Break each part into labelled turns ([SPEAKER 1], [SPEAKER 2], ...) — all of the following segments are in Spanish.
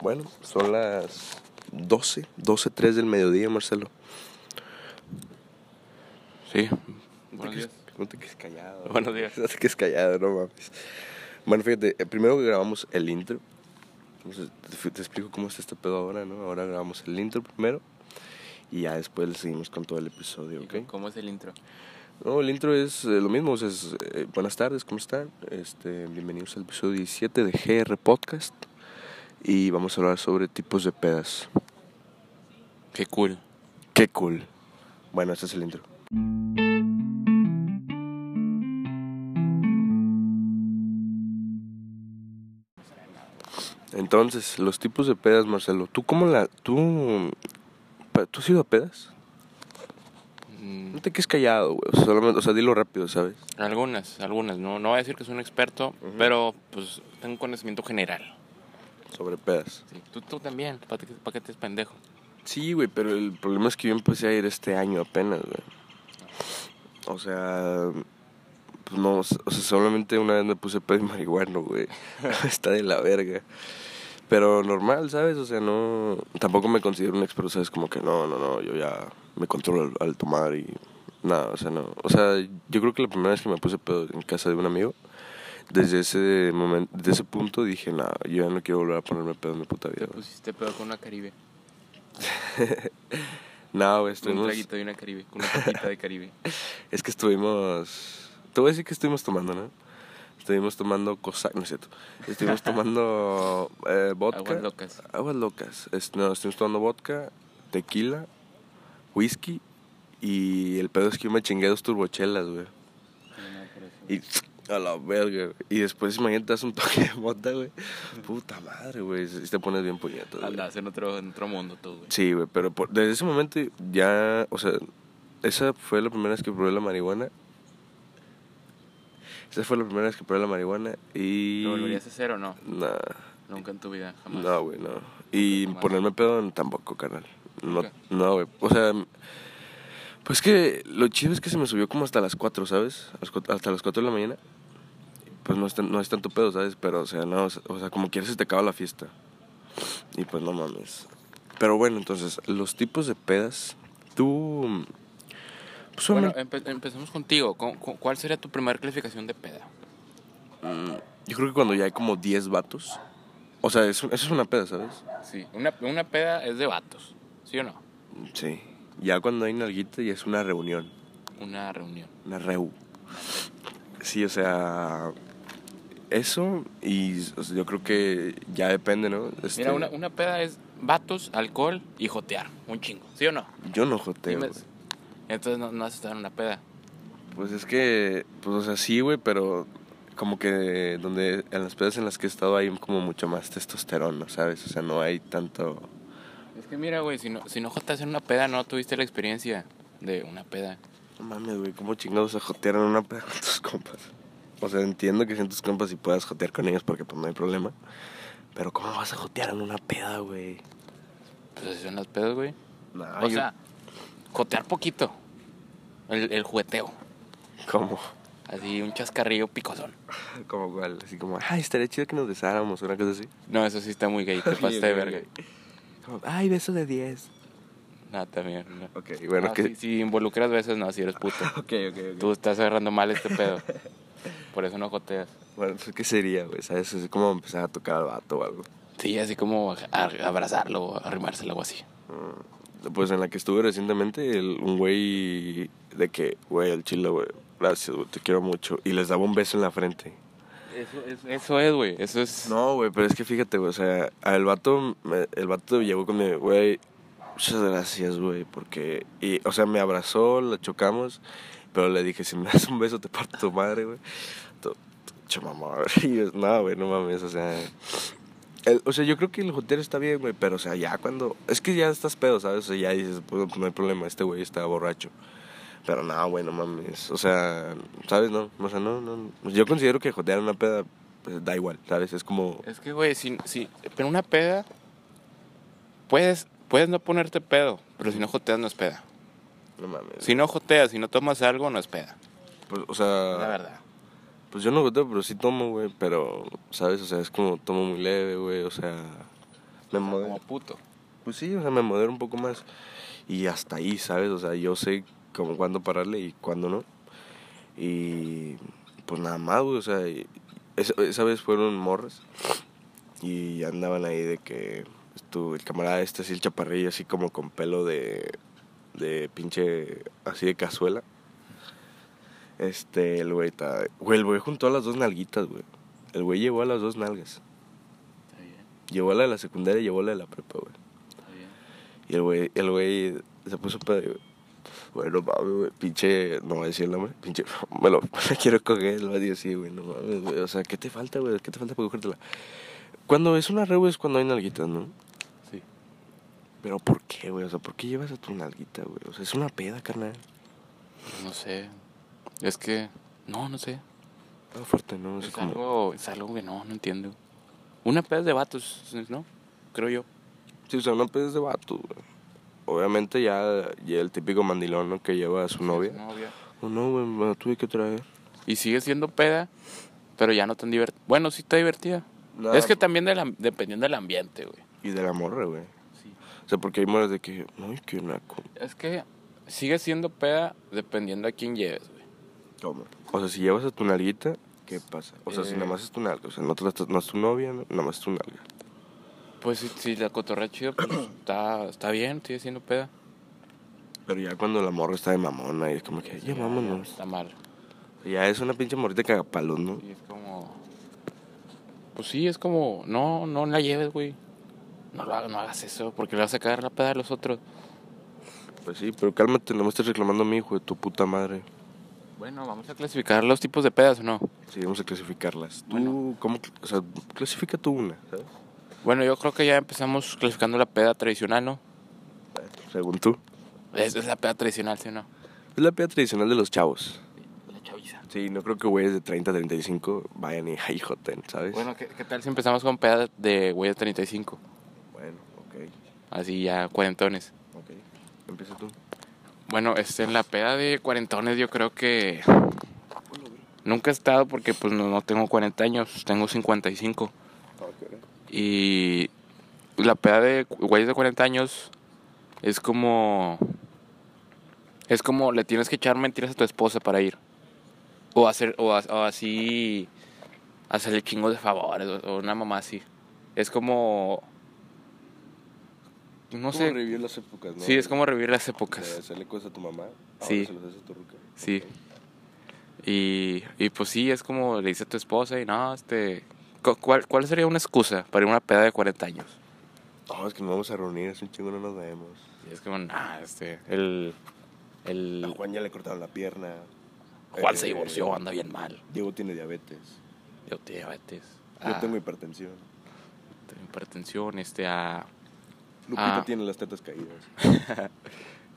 [SPEAKER 1] Bueno, son las 12, 12, 3 del mediodía, Marcelo.
[SPEAKER 2] Sí.
[SPEAKER 1] No
[SPEAKER 2] Buenos
[SPEAKER 1] te
[SPEAKER 2] días.
[SPEAKER 1] quedes- No te quedes callado.
[SPEAKER 2] Buenos días.
[SPEAKER 1] No te quedes callado, no mames. Bueno, fíjate, eh, primero que grabamos el intro. Entonces, te, fi- te explico cómo está este pedo ahora, ¿no? Ahora grabamos el intro primero. Y ya después le seguimos con todo el episodio,
[SPEAKER 2] ¿Y
[SPEAKER 1] ¿ok?
[SPEAKER 2] ¿Cómo es el intro?
[SPEAKER 1] No, el intro es eh, lo mismo, o sea, es, eh, buenas tardes, ¿cómo están? Este, bienvenidos al episodio 17 de GR Podcast y vamos a hablar sobre tipos de pedas.
[SPEAKER 2] Qué cool.
[SPEAKER 1] ¡Qué cool! Bueno, este es el intro. Entonces, los tipos de pedas, Marcelo, ¿tú cómo la...? ¿Tú, pa- ¿tú has ido a pedas?
[SPEAKER 2] Mm,
[SPEAKER 1] No te quedes callado, güey, o sea, solamente, o sea, dilo rápido, ¿sabes?
[SPEAKER 2] Algunas, algunas. No, no voy a decir que soy un experto, pero pues tengo un conocimiento general.
[SPEAKER 1] Sobre pedas.
[SPEAKER 2] Sí, Tú, tú también, ¿para qué, pa' qué te es pendejo?
[SPEAKER 1] Sí, güey, pero el problema es que yo empecé a ir este año apenas, güey. O sea, pues no, o sea, solamente una vez me puse pedo y marihuano, güey. Está de la verga. Pero normal, ¿sabes? O sea, no. Tampoco me considero un experto, ¿sabes? Como que no, no, no, yo ya me controlo al, al tomar y. Nada, o sea, no. O sea, yo creo que la primera vez que me puse pedo en casa de un amigo, desde ese momento, desde ese punto dije, nada, yo ya no quiero volver a ponerme pedo en mi puta vida,
[SPEAKER 2] Te
[SPEAKER 1] güey.
[SPEAKER 2] pusiste pedo con una caribe.
[SPEAKER 1] pues No, güey,
[SPEAKER 2] Un
[SPEAKER 1] estuvimos.
[SPEAKER 2] traguito de una caribe, con una copita de caribe.
[SPEAKER 1] Es que estuvimos. Te voy a decir que estuvimos tomando, ¿no? Estuvimos tomando cosa. No es cierto. Estuvimos tomando eh, vodka.
[SPEAKER 2] Aguas locas.
[SPEAKER 1] Aguas locas. Es- no, estuvimos tomando vodka, tequila, whisky. Y el pedo es que yo me chingué dos turbochelas, güey. Y a la verga, güey. Y después, imagínate, te das un toque de mota, güey. Puta madre, güey. Y te pones bien puñeto, güey.
[SPEAKER 2] Andabas en otro, en otro mundo tú, güey.
[SPEAKER 1] Sí, güey, pero por- desde ese momento ya, o sea, esa fue la primera vez que probé la marihuana. Esa fue la primera vez que probé la marihuana y...
[SPEAKER 2] ¿Lo volverías a hacer o no?
[SPEAKER 1] Nah,
[SPEAKER 2] Nunca en tu vida, jamás.
[SPEAKER 1] no, güey, no. Y
[SPEAKER 2] Jamás.
[SPEAKER 1] ponerme pedo no, tampoco, carnal. No,
[SPEAKER 2] Nunca.
[SPEAKER 1] no, güey. O sea, pues que lo chido es que se me subió como hasta las 4, ¿sabes? A las cuat- Hasta las 4 de la mañana. Pues no es, tan- no es tanto pedo, ¿sabes? Pero, o sea, no, o sea- o sea, como quieres se te acaba la fiesta. Y pues no mames. Pero bueno, entonces, los tipos de pedas. Tú. Pues,
[SPEAKER 2] Bueno, eh.
[SPEAKER 1] obviamente-
[SPEAKER 2] empe- empecemos contigo. ¿Cu- cu- ¿Cuál sería tu primera clasificación de peda?
[SPEAKER 1] mm, yo creo que cuando ya hay como 10 vatos. O sea, es un- eso es una peda, ¿sabes?
[SPEAKER 2] Sí, una, una peda es de vatos, ¿sí o no?
[SPEAKER 1] Sí. Ya cuando hay nalguita ya es una reunión.
[SPEAKER 2] Una reunión.
[SPEAKER 1] Una reu. Sí, o sea. Eso, y o sea, yo creo que ya depende, ¿no? Este,
[SPEAKER 2] Mira, una, una peda es vatos, alcohol y jotear. Un chingo. ¿Sí o no?
[SPEAKER 1] Yo no joteo.
[SPEAKER 2] Dime-
[SPEAKER 1] güey.
[SPEAKER 2] Entonces no, no has estado en una peda.
[SPEAKER 1] Pues es que, pues o sea, sí, güey, pero como que donde en las pedas en las que he estado hay como mucho más testosterona, ¿sabes? O sea, no hay tanto.
[SPEAKER 2] Es que mira, güey, si no, si no joteas en una peda, no tuviste la experiencia de una peda.
[SPEAKER 1] No mames, güey, ¿cómo chingados se jotearon una peda con tus compas? O sea, entiendo que sean tus compas y puedas jotear con ellos porque pues no hay problema. Pero ¿cómo vas a jotear en una peda, güey?
[SPEAKER 2] Pues así son las pedas, güey.
[SPEAKER 1] No,
[SPEAKER 2] o sea, jotear poquito. El, el jugueteo.
[SPEAKER 1] ¿Cómo?
[SPEAKER 2] Así un chascarrillo picosón.
[SPEAKER 1] Como cuál, así como, ay, estaría chido que nos besáramos, una cosa así.
[SPEAKER 2] No, eso sí está muy gay. Te pasaste de verga.
[SPEAKER 1] Como, ay, beso de 10.
[SPEAKER 2] No, también. no.
[SPEAKER 1] Ok, bueno,
[SPEAKER 2] No,
[SPEAKER 1] que...
[SPEAKER 2] si, si involucras veces, no, si eres puto.
[SPEAKER 1] Ok, ok, ok.
[SPEAKER 2] Tú estás agarrando mal este pedo. Por eso no joteas.
[SPEAKER 1] Bueno, pues, ¿qué sería, güey? ¿Sabes? Es como empezar a tocar al vato o algo.
[SPEAKER 2] Sí, así como a- a- abrazarlo, o arrimárselo o así.
[SPEAKER 1] Mm, Pues en la que estuve recientemente, el- un güey de que, güey, el chile, güey, gracias, güey, te quiero mucho. Y les daba un beso en la frente.
[SPEAKER 2] Eso es, eso es, güey. Eso es.
[SPEAKER 1] No, güey, pero es que fíjate, güey, o sea, el vato, me- el vato llegó con mi, güey, muchas gracias, güey, porque, y, o sea, me abrazó, la chocamos, pero le dije, si me das un beso te parto tu madre, güey, tu, tu chamamá, y yo, no, güey, no mames, o sea, el- o sea, yo creo que el jotero está bien, güey, pero, o sea, ya cuando, es que ya estás pedo, ¿sabes? O sea, ya dices, pues, no hay problema, este güey está borracho. Pero no, güey, no mames. O sea, ¿sabes? No, o sea, no, no. Yo considero que jotear en una peda pues, da igual, ¿sabes? Es como.
[SPEAKER 2] Es que, güey, si, si. Pero una peda. Puedes, puedes no ponerte pedo. Pero si no joteas, no es peda.
[SPEAKER 1] No mames.
[SPEAKER 2] Si no joteas, si no tomas algo, no es peda.
[SPEAKER 1] Pues, o sea.
[SPEAKER 2] La verdad.
[SPEAKER 1] Pues yo no goteo, pero sí tomo, güey. Pero, ¿sabes? O sea, es como tomo muy leve, güey. O sea. Me
[SPEAKER 2] o sea,
[SPEAKER 1] modera.
[SPEAKER 2] como puto.
[SPEAKER 1] Pues sí, o sea, me modero un poco más. Y hasta ahí, ¿sabes? O sea, yo sé como cuándo pararle y cuándo no. Y pues nada más, güey, o sea, y- esa, esa vez fueron morras y andaban ahí de que estuvo el camarada este así, el chaparrillo, así como con pelo de, de pinche, así de cazuela. Este, el güey está, güey, el güey juntó a las dos nalguitas, güey. El güey llevó a las dos nalgas.
[SPEAKER 3] Está bien,
[SPEAKER 1] Llevó a la de la secundaria y llevó a la de la prepa, güey.
[SPEAKER 3] está bien.
[SPEAKER 1] Y el güey, el güey se puso pedo. y, Güey, no mames, güey, pinche, no voy a decir el nombre, pinche, me lo me quiero coger, lo digo así, güey, no mames, güey, o sea, ¿qué te falta, güey? ¿Qué te falta para cogértela? Cuando es una re, güey, es cuando hay nalguitas, ¿no?
[SPEAKER 2] Sí.
[SPEAKER 1] Pero ¿por qué, güey? O sea, ¿por qué llevas a tu nalguita, güey? O sea, es una peda, carnal.
[SPEAKER 2] No sé. Es que. No, no sé.
[SPEAKER 1] Algo fuerte, ¿no? O sea,
[SPEAKER 2] Es
[SPEAKER 1] como-
[SPEAKER 2] algo, es algo que no, no entiendo. Una peda es de vatos, ¿no? Creo yo.
[SPEAKER 1] Sí, o sea, una peda es de vato, güey. Obviamente ya, ya el típico mandilón, ¿no? Que lleva a su novia.
[SPEAKER 2] Novia.
[SPEAKER 1] O no, güey, me la tuve que traer.
[SPEAKER 2] Y sigue siendo peda, pero ya no tan divertida. Bueno, sí está divertida.
[SPEAKER 1] Nada,
[SPEAKER 2] es que también del am- dependiendo del ambiente, güey.
[SPEAKER 1] Y de la morra, güey.
[SPEAKER 3] Sí.
[SPEAKER 1] O sea, porque hay morras de que, ay, qué naco.
[SPEAKER 2] Es que sigue siendo peda dependiendo a quién lleves, güey.
[SPEAKER 1] Toma. O sea, si llevas a tu nalguita, ¿qué pasa? O sea, si
[SPEAKER 2] Eh.
[SPEAKER 1] nada más es tu nalga, o sea, no, te la estás- no es tu novia, no, nada más es tu nalga.
[SPEAKER 2] Pues si, si la cotorrea chida, pues está, está bien, sigue siendo peda.
[SPEAKER 1] Pero ya cuando la morra está de mamona y es como que, ya vámonos.
[SPEAKER 2] Está mal.
[SPEAKER 1] Ya es una pinche morrita cagapalos, ¿no?
[SPEAKER 2] Y es como. Pues sí, es como. No, no la lleves, güey. No, lo hagas, no hagas eso, porque le vas a cagar la peda a los otros.
[SPEAKER 1] Pues sí, pero cálmate, no me estés reclamando a mi hijo de tu puta madre.
[SPEAKER 2] Bueno, vamos a clasificar los tipos de pedas o no.
[SPEAKER 1] Sí, vamos a clasificarlas. Tú,
[SPEAKER 2] Bueno.
[SPEAKER 1] ¿cómo? cl- O sea, clasifica tú una, ¿sabes?
[SPEAKER 2] Bueno, yo creo que ya empezamos clasificando la peda tradicional, ¿no?
[SPEAKER 1] Según tú.
[SPEAKER 2] Es, es la peda tradicional, ¿sí o no?
[SPEAKER 1] Es la peda tradicional de los chavos.
[SPEAKER 2] La chaviza.
[SPEAKER 1] Sí, no creo que güeyes de 30 a 35 vayan y ahí joten, ¿sabes?
[SPEAKER 2] Bueno, ¿qué, qué tal si empezamos con pedas de güey de 35?
[SPEAKER 1] bueno, ok.
[SPEAKER 2] Así ya cuarentones.
[SPEAKER 1] Ok, empieza tú.
[SPEAKER 2] Bueno, este, en la peda de cuarentones yo creo que... Nunca he estado porque pues no, no tengo 40 años, tengo 55. Y la peda de cu- güeyes de 40 años es como... Es como le tienes que echar mentiras a tu esposa para ir. O hacer o, as- o así... Hacerle chingos de favores o, o una mamá así. Es como... No sé.
[SPEAKER 1] revivir las épocas, ¿no?
[SPEAKER 2] Sí, es como revivir las
[SPEAKER 1] O sea,
[SPEAKER 2] épocas.
[SPEAKER 1] hacerle cosas a tu mamá,
[SPEAKER 2] Sí.
[SPEAKER 1] ahora se los haces a tu ruca.
[SPEAKER 2] Sí.
[SPEAKER 1] Ok.
[SPEAKER 2] Y, y pues sí, es como le dice a tu esposa y no, este... cu- ¿Cuál, ¿Cuál sería una excusa para ir a una peda de 40 años?
[SPEAKER 1] No, es que nos vamos a reunir, es un chingo, no nos vemos.
[SPEAKER 2] Y es como, nah, este... El...
[SPEAKER 1] A
[SPEAKER 2] el
[SPEAKER 1] Juan ya le cortaron la pierna.
[SPEAKER 2] Juan
[SPEAKER 1] Eh,
[SPEAKER 2] se divorció, anda bien mal.
[SPEAKER 1] Diego tiene diabetes.
[SPEAKER 2] Yo te diabetes.
[SPEAKER 1] Yo
[SPEAKER 2] Ah,
[SPEAKER 1] tengo hipertensión.
[SPEAKER 2] tengo hipertensión, este... ah,
[SPEAKER 1] Lupita
[SPEAKER 2] Ah.
[SPEAKER 1] tiene las tetas caídas.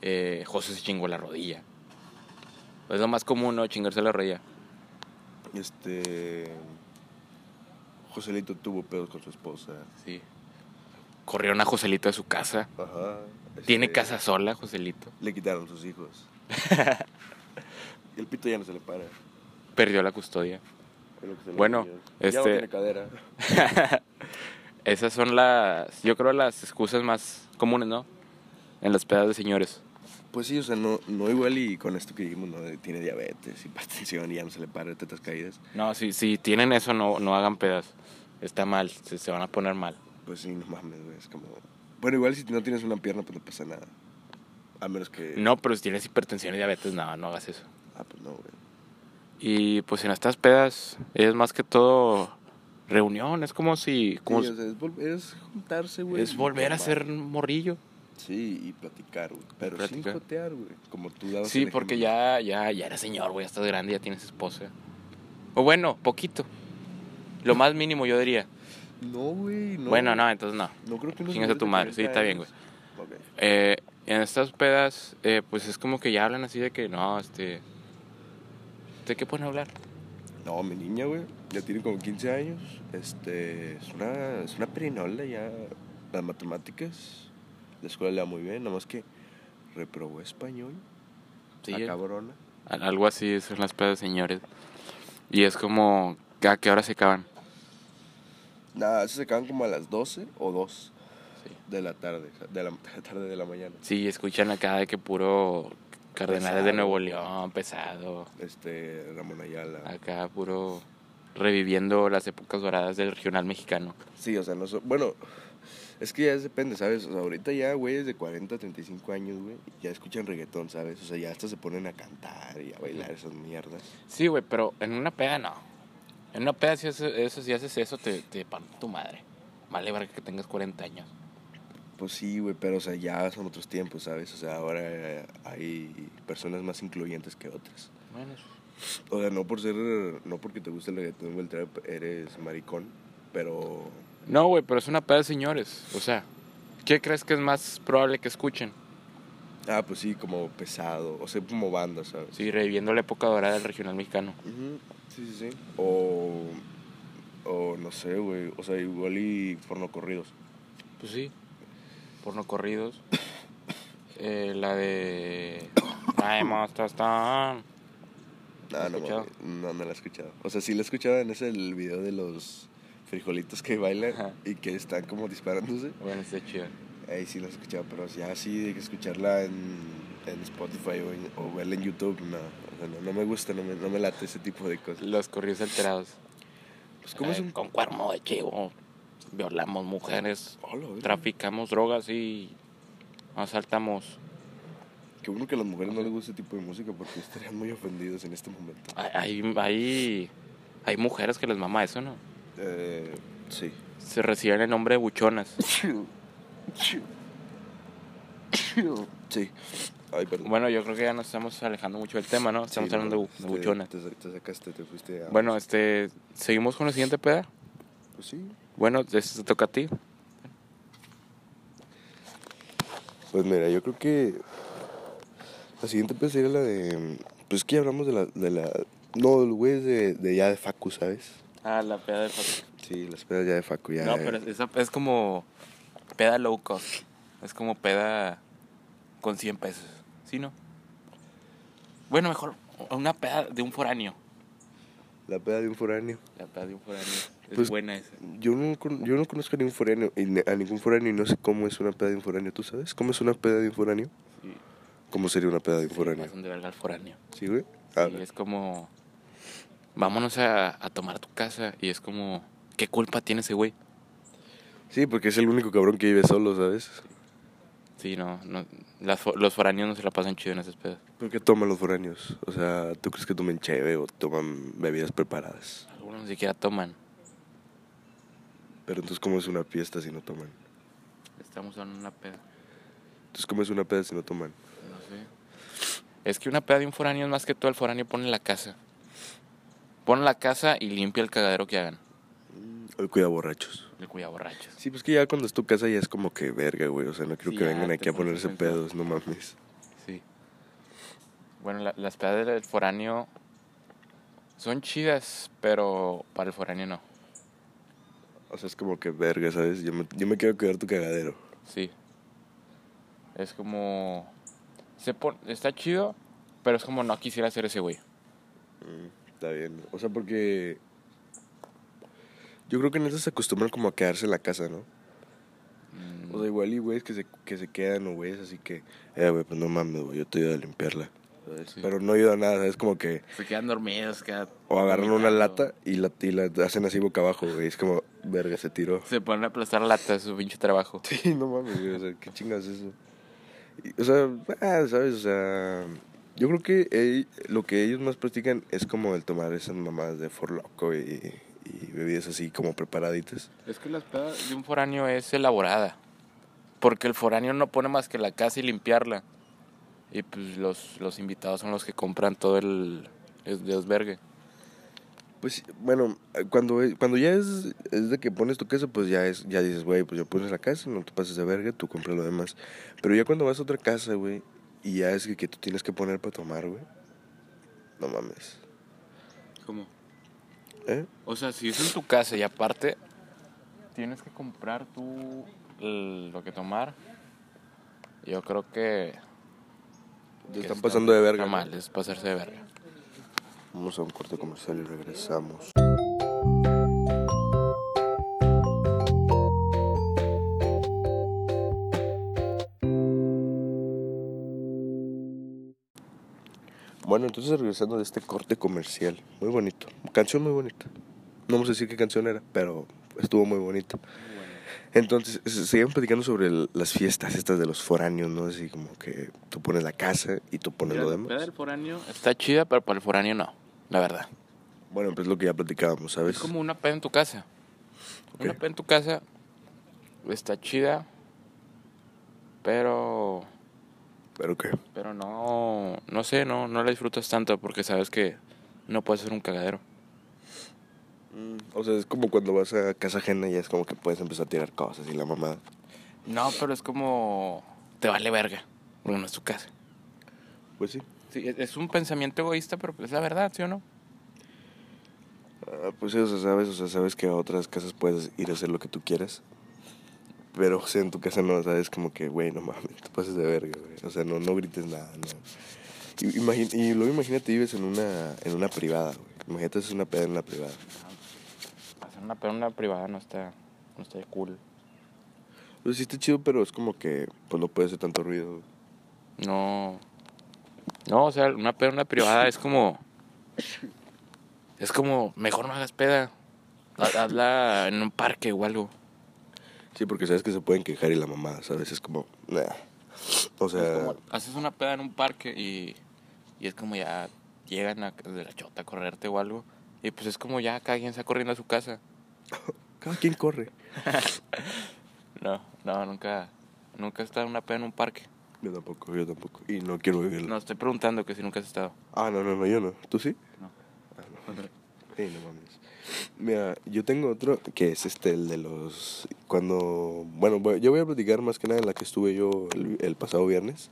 [SPEAKER 2] eh, José se chingó la rodilla. Es lo más común, ¿no? Chingarse la rodilla.
[SPEAKER 1] Este. Joselito tuvo pedos con su esposa.
[SPEAKER 2] Sí. Corrieron a Joselito de su casa.
[SPEAKER 1] Ajá.
[SPEAKER 2] Tiene
[SPEAKER 1] este,
[SPEAKER 2] casa sola, Joselito.
[SPEAKER 1] Le quitaron sus hijos. y el pito ya no se le para.
[SPEAKER 2] Perdió la custodia.
[SPEAKER 1] es lo que se le
[SPEAKER 2] Bueno,
[SPEAKER 1] ocurrió. Ya no
[SPEAKER 2] este-
[SPEAKER 1] tiene cadera.
[SPEAKER 2] Esas son las, yo creo, las excusas más comunes, ¿no? En las pedas de señores.
[SPEAKER 1] Pues sí, o sea, no, no igual y con esto que dijimos, ¿no? De tiene diabetes, hipertensión y ya no se le para tetas caídas.
[SPEAKER 2] No, si, si tienen eso, no, no hagan pedas. Está mal, se, se van a poner mal.
[SPEAKER 1] Pues sí, no mames, güey, es como... Bueno, igual si no tienes una pierna, pues no pasa nada. A menos que...
[SPEAKER 2] No, pero si tienes hipertensión y diabetes, no, no hagas eso.
[SPEAKER 1] Ah, pues no, güey.
[SPEAKER 2] Y pues en estas pedas es más que todo reunión, es como si... Como
[SPEAKER 1] Sí,
[SPEAKER 2] si-
[SPEAKER 1] o sea, es, vol- es juntarse, güey.
[SPEAKER 2] es volver a
[SPEAKER 1] tomar.
[SPEAKER 2] ser un morrillo.
[SPEAKER 1] Sí, y platicar, güey. Pero
[SPEAKER 2] Platicar.
[SPEAKER 1] sin jotear, güey. Como tú dabas
[SPEAKER 2] Sí,
[SPEAKER 1] el
[SPEAKER 2] porque
[SPEAKER 1] ejemplo.
[SPEAKER 2] ya, ya, ya eres señor, güey, ya estás grande, ya tienes esposa. O bueno, poquito. Lo más mínimo, yo diría.
[SPEAKER 1] No, güey, no.
[SPEAKER 2] Bueno, no, entonces no.
[SPEAKER 1] No creo que unos
[SPEAKER 2] Chingas a tu
[SPEAKER 1] hombres de
[SPEAKER 2] madre, sí, está
[SPEAKER 1] 40
[SPEAKER 2] bien, güey.
[SPEAKER 1] años- Ok.
[SPEAKER 2] Eh, en estas pedas, eh, pues es como que ya hablan así de que no, este. ¿De qué pueden hablar?
[SPEAKER 1] No, mi niña, güey, ya tiene como 15 años. Este, es una, es una perinola ya. Las matemáticas, la escuela le va muy bien, nomás que reprobó español. Sí,
[SPEAKER 2] Ah, cabrón.
[SPEAKER 1] cabrona.
[SPEAKER 2] Al- Algo así es en las pedas, señores. Y es como, ah, ¿a qué hora se acaban?
[SPEAKER 1] Nada, se acaban como a las 12 o 2.
[SPEAKER 2] sí.
[SPEAKER 1] de la tarde, o sea, de la, de la tarde de la mañana.
[SPEAKER 2] Sí, escuchan acá de que puro Cardenales de
[SPEAKER 1] Pesado.
[SPEAKER 2] Nuevo León, pesado.
[SPEAKER 1] Este, Ramón Ayala.
[SPEAKER 2] Acá puro reviviendo las épocas doradas del regional mexicano.
[SPEAKER 1] Sí, o sea, no so- Bueno, es que ya depende, ¿sabes? O sea, ahorita ya, güeyes de 40, 35 años, güey, ya escuchan reggaetón, ¿sabes? O sea, ya hasta se ponen a cantar y a bailar esas mierdas.
[SPEAKER 2] Sí, güey, pero en una peda no. En una peda, si haces eso, si haces eso te, te parte tu madre. Vale, verga que tengas 40 años.
[SPEAKER 1] Pues sí, güey, pero, o sea, ya son otros tiempos, ¿sabes? O sea, ahora eh, hay personas más incluyentes que otras.
[SPEAKER 2] Bueno, sí.
[SPEAKER 1] O sea, no por ser. No porque te guste el reggaetón o el trap, eres maricón, pero.
[SPEAKER 2] No, güey, pero es una peda de señores. O sea, ¿qué crees que es más probable que escuchen?
[SPEAKER 1] Ah, pues sí, como pesado. O sea, como banda, ¿sabes?
[SPEAKER 2] Sí, reviviendo la época dorada del regional mexicano.
[SPEAKER 1] Ujú, Sí, sí, sí. O, o no sé, güey. O sea, igual y pornocorridos.
[SPEAKER 2] Pues sí. Porno corridos. Eh, la de. Ay, monstruos, tan. ¿La
[SPEAKER 1] Ah,
[SPEAKER 2] has
[SPEAKER 1] no,
[SPEAKER 2] escuchado?
[SPEAKER 1] mames, no, no la he escuchado. O sea, sí la he escuchado en ese el video de los frijolitos que bailan
[SPEAKER 2] Ajá.
[SPEAKER 1] y que están como disparándose.
[SPEAKER 2] Bueno, está chido.
[SPEAKER 1] Ahí sí la he escuchado, pero ya así de que escucharla en, en Spotify o, en- o verla en YouTube, no. O sea, no, no me gusta, no me, no me late ese tipo de cosas.
[SPEAKER 2] Los corridos alterados.
[SPEAKER 1] Pues, ¿cómo es
[SPEAKER 2] Eh,
[SPEAKER 1] un.
[SPEAKER 2] Con cuerno de chivo. Violamos mujeres.
[SPEAKER 1] Hola, güey.
[SPEAKER 2] Traficamos drogas y. Asaltamos.
[SPEAKER 1] Qué bueno que a las mujeres no les gusta ese tipo de música porque estarían muy ofendidas en este momento.
[SPEAKER 2] Hay, hay- hay, hay mujeres que les mama eso, ¿no?
[SPEAKER 1] Eh, sí.
[SPEAKER 2] Se reciben el nombre de buchonas.
[SPEAKER 1] Sí. Ay, perdón.
[SPEAKER 2] Bueno, yo creo que ya nos estamos alejando mucho del tema, ¿no? Estamos
[SPEAKER 1] Sí,
[SPEAKER 2] hablando de,
[SPEAKER 1] no,
[SPEAKER 2] bu- de
[SPEAKER 1] te-
[SPEAKER 2] buchonas.
[SPEAKER 1] Te, te sacaste, te fuiste a.
[SPEAKER 2] Bueno, este, seguimos con la siguiente peda.
[SPEAKER 1] Pues sí.
[SPEAKER 2] Bueno, esto te toca a ti.
[SPEAKER 1] Pues mira, yo creo que. La siguiente pues sería la de. Pues que ya hablamos de la. De la no, los güeyes de, de ya de Facu, ¿sabes?
[SPEAKER 2] Ah, la peda de Facu.
[SPEAKER 1] Sí, las pedas ya de Facu, ya.
[SPEAKER 2] No, pero esa es como peda low cost. Es como peda con 100 pesos. ¿Sí, no? Bueno, mejor una peda de un foráneo.
[SPEAKER 1] La peda de un foráneo.
[SPEAKER 2] La peda de un foráneo. Es
[SPEAKER 1] Pues-
[SPEAKER 2] buena esa.
[SPEAKER 1] Yo no, con- yo no conozco a ningún foráneo, y ne- a ningún foráneo y no sé cómo es una peda de un foráneo. ¿Tú sabes cómo es una peda de un foráneo?
[SPEAKER 2] Sí.
[SPEAKER 1] ¿Cómo sería una peda de un foráneo? Ah,
[SPEAKER 2] Pasan de verga al foráneo.
[SPEAKER 1] ¿Sí, güey?
[SPEAKER 2] Y
[SPEAKER 1] A ver.
[SPEAKER 2] es como, vámonos a, a tomar tu casa. Y es como, ¿qué culpa tiene ese güey?
[SPEAKER 1] Sí, porque es el único cabrón que vive solo, ¿sabes?
[SPEAKER 2] Sí, no, no las fo- los foráneos no se la pasan chido en esas pedas.
[SPEAKER 1] ¿Pero qué toman los foráneos? O sea, ¿tú crees que tomen cheve o toman bebidas preparadas?
[SPEAKER 2] Algunos ni siquiera toman.
[SPEAKER 1] Pero entonces, ¿cómo es una fiesta si no toman?
[SPEAKER 2] Estamos en una peda.
[SPEAKER 1] Entonces, ¿cómo es una peda si no toman?
[SPEAKER 2] No sé. Es que una peda de un foráneo es más que todo el foráneo pone la casa. Pone la casa y limpia el cagadero que hagan.
[SPEAKER 1] Hoy cuida borrachos.
[SPEAKER 2] El cuidado borrachos.
[SPEAKER 1] Sí, pues que ya cuando es tu casa ya es como que verga, güey. O sea, no creo
[SPEAKER 2] Sí,
[SPEAKER 1] que
[SPEAKER 2] ya
[SPEAKER 1] vengan
[SPEAKER 2] te
[SPEAKER 1] aquí a
[SPEAKER 2] pones
[SPEAKER 1] ponerse
[SPEAKER 2] a pensar.
[SPEAKER 1] pedos, no mames.
[SPEAKER 2] Sí. Bueno, la- las pedas del foráneo son chidas, pero para el foráneo no.
[SPEAKER 1] O sea, es como que verga, ¿sabes? Yo me, yo me quiero cuidar tu cagadero.
[SPEAKER 2] Sí. Es como. Se pon- Está chido, pero es como no quisiera ser ese güey.
[SPEAKER 1] Mm, está bien. O sea, porque. Yo creo que en eso se acostumbran como a quedarse en la casa, ¿no?
[SPEAKER 2] Mm,
[SPEAKER 1] O sea, igual y güeyes que se, que se quedan o güeyes así que, eh, güey, pues no mames, güey, yo te ayudo a limpiarla. ¿sabes?
[SPEAKER 2] Sí.
[SPEAKER 1] Pero no ayuda a nada, es como que,
[SPEAKER 2] Se quedan dormidos, quedan-
[SPEAKER 1] o agarran una
[SPEAKER 2] vomitando.
[SPEAKER 1] lata y la, y la hacen así boca abajo, güey, es como, verga, se tiró.
[SPEAKER 2] Se ponen a aplastar latas, su pinche trabajo.
[SPEAKER 1] Sí, no mames, güey, o sea, qué chingas es eso. Y, o sea, ah, ¿sabes? O sea, yo creo que eh, lo que ellos más practican es como el tomar esas mamadas de forloco y, y bebidas así como preparaditas.
[SPEAKER 2] Es que la espada de un foráneo es elaborada. Porque el foráneo no pone más que la casa y limpiarla. Y pues los, los invitados son los que compran todo el, el desvergue.
[SPEAKER 1] Pues bueno, cuando, cuando ya es, es de que pones tu casa, pues ya es ya dices, güey, pues ya pones la casa, no te pases de verga, tú compras lo demás. Pero ya cuando vas a otra casa, güey, y ya es que, que tú tienes que poner para tomar, güey. No mames.
[SPEAKER 2] ¿Cómo?
[SPEAKER 1] ¿Eh?
[SPEAKER 2] O sea, si es en tu casa y aparte tienes que comprar tú el- lo que tomar, yo creo que...
[SPEAKER 1] Te
[SPEAKER 2] que
[SPEAKER 1] están
[SPEAKER 2] está-
[SPEAKER 1] pasando de verga.
[SPEAKER 2] Está
[SPEAKER 1] ¿no?
[SPEAKER 2] mal, es pasarse de verga.
[SPEAKER 1] Vamos a un corte comercial y regresamos. Bueno, entonces regresando de este corte comercial, muy bonito. Canción muy bonita. No vamos a decir qué canción era, pero estuvo muy bonita. Entonces, se- seguían platicando sobre el- las fiestas estas de los foráneos, ¿no? Así como que tú pones la casa y tú pones
[SPEAKER 2] La
[SPEAKER 1] lo
[SPEAKER 2] peda
[SPEAKER 1] demás.
[SPEAKER 2] del foráneo está chida, pero para el foráneo no, la verdad.
[SPEAKER 1] Bueno, pues lo que ya platicábamos, ¿sabes?
[SPEAKER 2] Es como una peda en tu casa.
[SPEAKER 1] Pues Ok.
[SPEAKER 2] Una peda en tu casa está chida, pero
[SPEAKER 1] Pero que,
[SPEAKER 2] pero no no sé, no no la disfrutas tanto porque sabes que no puedes ser un cagadero.
[SPEAKER 1] Mm, o sea, es como cuando vas a casa ajena y es como que puedes empezar a tirar cosas y la mamada.
[SPEAKER 2] No, pero es como te vale verga, porque no es tu casa.
[SPEAKER 1] Pues sí.
[SPEAKER 2] Sí, e-, es- es un pensamiento egoísta, pero pues, es la verdad, ¿sí o no?
[SPEAKER 1] Ah, pues sí, o sea, sabes, o sea, sabes que a otras casas puedes ir a hacer lo que tú quieras. Pero, o sea, en tu casa no, sabes, como que, güey, no mames, te pases de verga, güey. O sea, no, no grites nada, no. Y, imagi- y luego imagínate, vives en una, en una privada, güey. Imagínate, es una peda en una privada.
[SPEAKER 2] Hacer una peda en una privada no está no está cool.
[SPEAKER 1] Pues sí, está chido, pero es como que, pues no puede hacer tanto ruido. güey.
[SPEAKER 2] No. No, o sea, una peda, en una privada es como. Es como, mejor no hagas peda. Ha- Hazla en un parque o algo.
[SPEAKER 1] Sí, porque sabes que se pueden quejar y la mamada, ¿sabes? Es como, nah. O sea,
[SPEAKER 2] Es como, haces una peda en un parque y, y es como ya llegan a, de la chota a correrte o algo. Y pues es como ya cada quien está corriendo a su casa.
[SPEAKER 1] cada quien corre.
[SPEAKER 2] No, no, nunca. Nunca he estado en una peda en un parque.
[SPEAKER 1] Yo tampoco, yo tampoco. Y no quiero vivirlo.
[SPEAKER 2] No, estoy preguntando que si nunca has estado.
[SPEAKER 1] Ah, no, no, no, yo no. ¿Tú sí?
[SPEAKER 2] No.
[SPEAKER 1] Ah, no. Sí, no mames. Mira, yo tengo otro que es este, el de los... Cuando... Bueno, voy- yo voy a platicar más que nada en la que estuve yo el, el pasado viernes.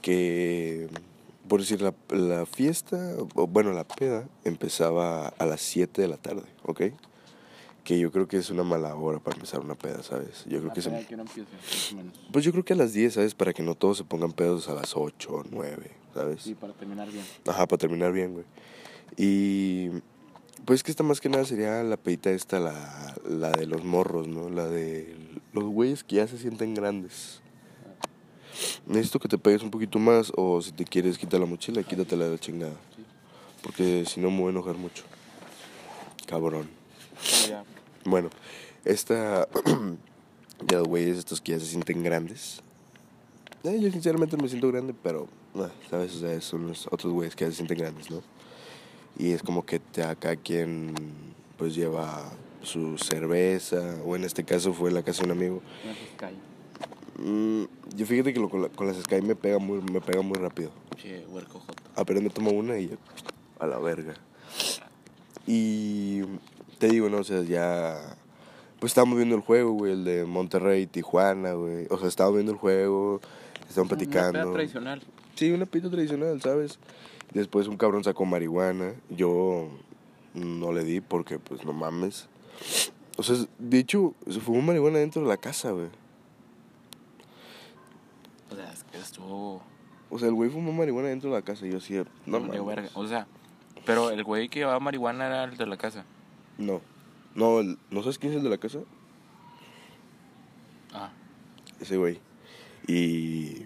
[SPEAKER 1] Que, por decir, la, la fiesta, o bueno, la peda, empezaba a las 7 de la tarde, ¿ok? Que yo creo que es una mala hora para empezar una peda, ¿sabes? Yo creo que se... Pues yo creo que a las 10, ¿sabes? Para que no todos se pongan pedos a las 8 o 9, ¿sabes?
[SPEAKER 2] para terminar bien.
[SPEAKER 1] Ajá, para terminar bien, güey. Y pues que esta más que nada sería la pedita esta, la, la de los morros, ¿no? La de los güeyes que ya se sienten grandes. Necesito que te pegues un poquito más o si te quieres quita la mochila, quítatela de la chingada. Porque si no me voy a enojar mucho. Cabrón. Bueno, esta de los güeyes estos que ya se sienten grandes. Eh, yo sinceramente me siento grande, pero, ah, ¿sabes? O sea, son los otros güeyes que ya se sienten grandes, ¿no? Y es como que te- a cada quien, pues, lleva su cerveza, o en este caso fue la casa de un amigo. Mm, yo fíjate que lo- con, la- con las Sky me pega muy, me pega muy rápido.
[SPEAKER 2] Che, huerco joto.
[SPEAKER 1] Apenas me tomo una y yo, a la verga. Y te digo, no, o sea, ya. Pues estábamos viendo el juego, güey, el de Monterrey, Tijuana, güey. O sea, estábamos viendo el juego, estábamos platicando.
[SPEAKER 2] tradicional.
[SPEAKER 1] sí, una pito tradicional, ¿sabes? Después un cabrón sacó marihuana. Yo no le di porque, pues, no mames. O sea, de hecho, se fumó marihuana dentro de la casa, güey.
[SPEAKER 2] O sea, es que estuvo.
[SPEAKER 1] O sea, el güey fumó marihuana dentro de la casa. Y yo así, de, no
[SPEAKER 2] valió
[SPEAKER 1] mames.
[SPEAKER 2] verga. O sea, pero el güey que llevaba marihuana era el de la casa.
[SPEAKER 1] No. No, el- ¿no sabes quién es el de la casa?
[SPEAKER 2] Ah,
[SPEAKER 1] ese güey. Y.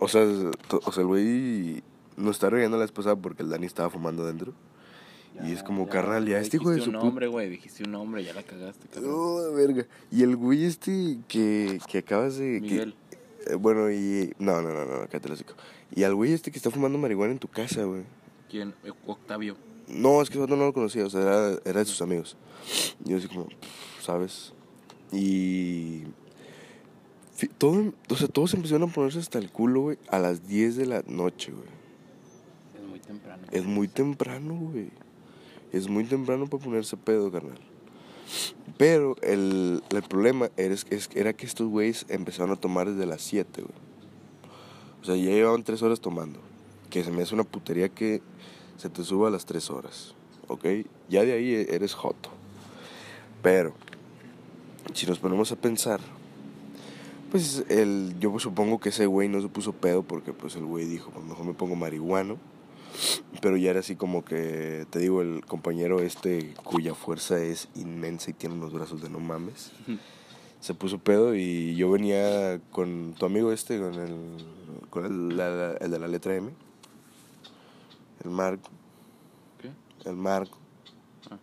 [SPEAKER 1] O sea, to- o sea el güey nos está regañando la esposa porque el Dani estaba fumando adentro. y es como, carnal, ya este hijo de su
[SPEAKER 2] Dijiste un
[SPEAKER 1] puta.
[SPEAKER 2] nombre, güey. Dijiste un nombre, ya la cagaste, carnal.
[SPEAKER 1] Oh, verga. Y el güey este que, que acabas de. que-
[SPEAKER 2] Miguel.
[SPEAKER 1] eh, bueno, y. No, no, no, no, cállate el hocico. Y al güey este que está fumando marihuana en tu casa, güey.
[SPEAKER 2] ¿Quién? Eh, Octavio.
[SPEAKER 1] No, es que yo no lo conocía, o sea, era, era de sus amigos. Y yo así como, pff, ¿sabes? Y... fi- Todo, o sea, todos empezaron a ponerse hasta el culo, güey, a las 10 de la noche, güey.
[SPEAKER 2] Es muy temprano.
[SPEAKER 1] Es muy temprano, güey. Es muy temprano para ponerse pedo, carnal. Pero el, el problema eres- es- era que estos güeyes empezaron a tomar desde las 7, güey. O sea, ya llevaban 3 horas tomando. Que se me hace una putería que se te suba a las 3 horas. ¿Ok? Ya de ahí e- eres joto. Pero, si nos ponemos a pensar, pues el, yo supongo que ese güey no se puso pedo porque pues el güey dijo, pues mejor me pongo marihuano. Pero ya era así como que, te digo, el compañero este cuya fuerza es inmensa y tiene unos brazos de no mames. Se puso pedo y yo venía con tu amigo este, con el, con el, la- la- el de la letra M. El Marco.
[SPEAKER 2] ¿Qué?
[SPEAKER 1] El Marco.
[SPEAKER 2] Ah.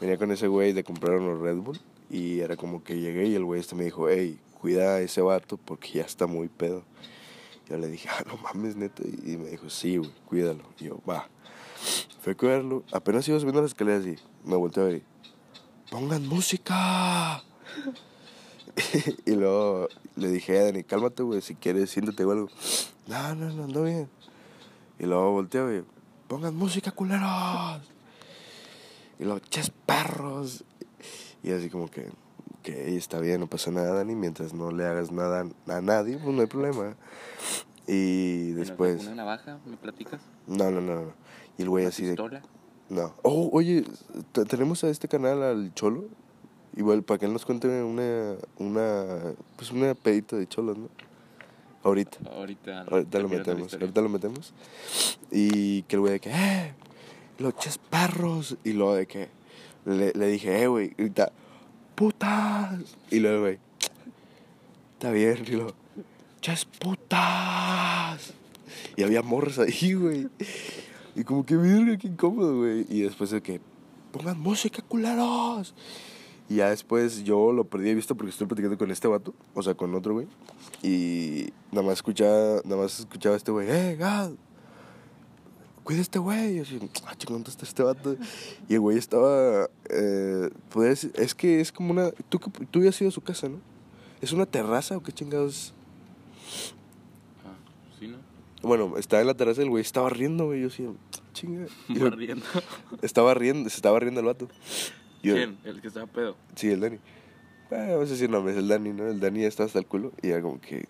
[SPEAKER 1] Venía con ese güey, le compraron los Red Bull. Y era como que llegué y el güey este me dijo, hey, cuida a ese vato porque ya está muy pedo. Yo le dije, ah, no mames, neta. Y me dijo, sí, güey, cuídalo. Y yo, va. Fui a cuidarlo. Apenas iba subiendo las escaleras y me volteó a ver. y, ¡Pongan música! y luego le dije, "Eh, Dani, cálmate, güey, si quieres, siéntate o algo. No, no, no, ando bien. Y luego volteó y, ¡Pongan música, culeros! Y luego, ¡ches perros! Y así como que, ok, está bien, no pasa nada, Dani, mientras no le hagas nada a nadie, pues no hay problema. Y después...
[SPEAKER 2] ¿Una navaja? ¿Me platicas?
[SPEAKER 1] No, no, no, no. Y el güey así de...
[SPEAKER 2] ¿Pistola?
[SPEAKER 1] No. Oh, oye, te- tenemos a este canal al Cholo. Igual para que él nos cuente una, una, pues una pedita de Cholos, ¿no? Ahorita.
[SPEAKER 2] Ahorita.
[SPEAKER 1] Ahorita lo
[SPEAKER 2] termino la
[SPEAKER 1] metemos,
[SPEAKER 2] historia.
[SPEAKER 1] ahorita lo metemos. Y que el güey de que, ¡eh! Los chesparros. Y luego de que le, le dije, ¡eh, güey! Grita, ¡putas! Y luego el güey, ¡está bien! Y luego, ¡ches putas! Y había morras ahí, güey. Y como que, verga, qué incómodo, güey. Y después de que, ¡pongan música, culeros! Y ya después yo lo perdí de vista porque estoy platicando con este vato, o sea, con otro güey. Y nada más escuchaba, nada más escuchaba a este güey, ¡eh, Gad! Cuida a este güey. Y yo así, ah, chingón, ¿dónde está este vato? Y el güey estaba, eh, podría decir- es que es como una, tú, que- tú ya has ido a su casa, ¿no? ¿Es una terraza o qué chingados?
[SPEAKER 2] Ah, sí, ¿no?
[SPEAKER 1] Bueno, estaba en la terraza y el güey estaba riendo, güey. Yo así, "Ah, chinga. Y yo-
[SPEAKER 2] Barriendo.
[SPEAKER 1] estaba riendo, se estaba riendo el vato. Yo-
[SPEAKER 2] ¿Quién? El que estaba pedo.
[SPEAKER 1] Sí, el Dani. Ah, vamos a decir nombres, el Dani, ¿no? El Dani ya estaba hasta el culo y era como que,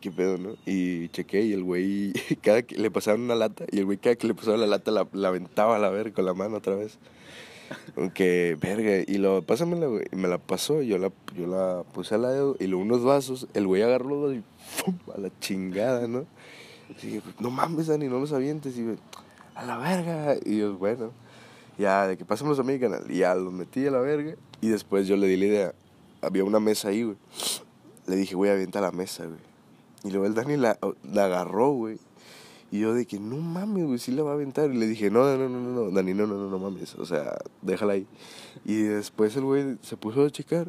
[SPEAKER 1] ¿qué pedo, no? Y chequé y el güey, cada que le pasaban una lata y el güey cada que le pasaba la lata la, la aventaba a la verga con la mano otra vez. Aunque, verga, y lo, pásamela, güey. Y me la pasó, yo la, yo la puse al lado y luego unos vasos, el güey agarró los dos y ¡fum! a la chingada, ¿no? Así que, no mames, Dani, no los avientes. Y yo, a la verga. Y yo, bueno, ya, de que pasemos a mi canal. Y ya los metí a la verga. Y después yo le di la idea. Había una mesa ahí, güey. Le dije, güey, avienta la mesa, güey. Y luego el Dani la, la agarró, güey. Y yo de que, no mames, güey, sí la va a aventar. Y le dije, no, no, no, no, no, Dani, no, no, no, no mames. O sea, déjala ahí. Y después el güey se puso a checar.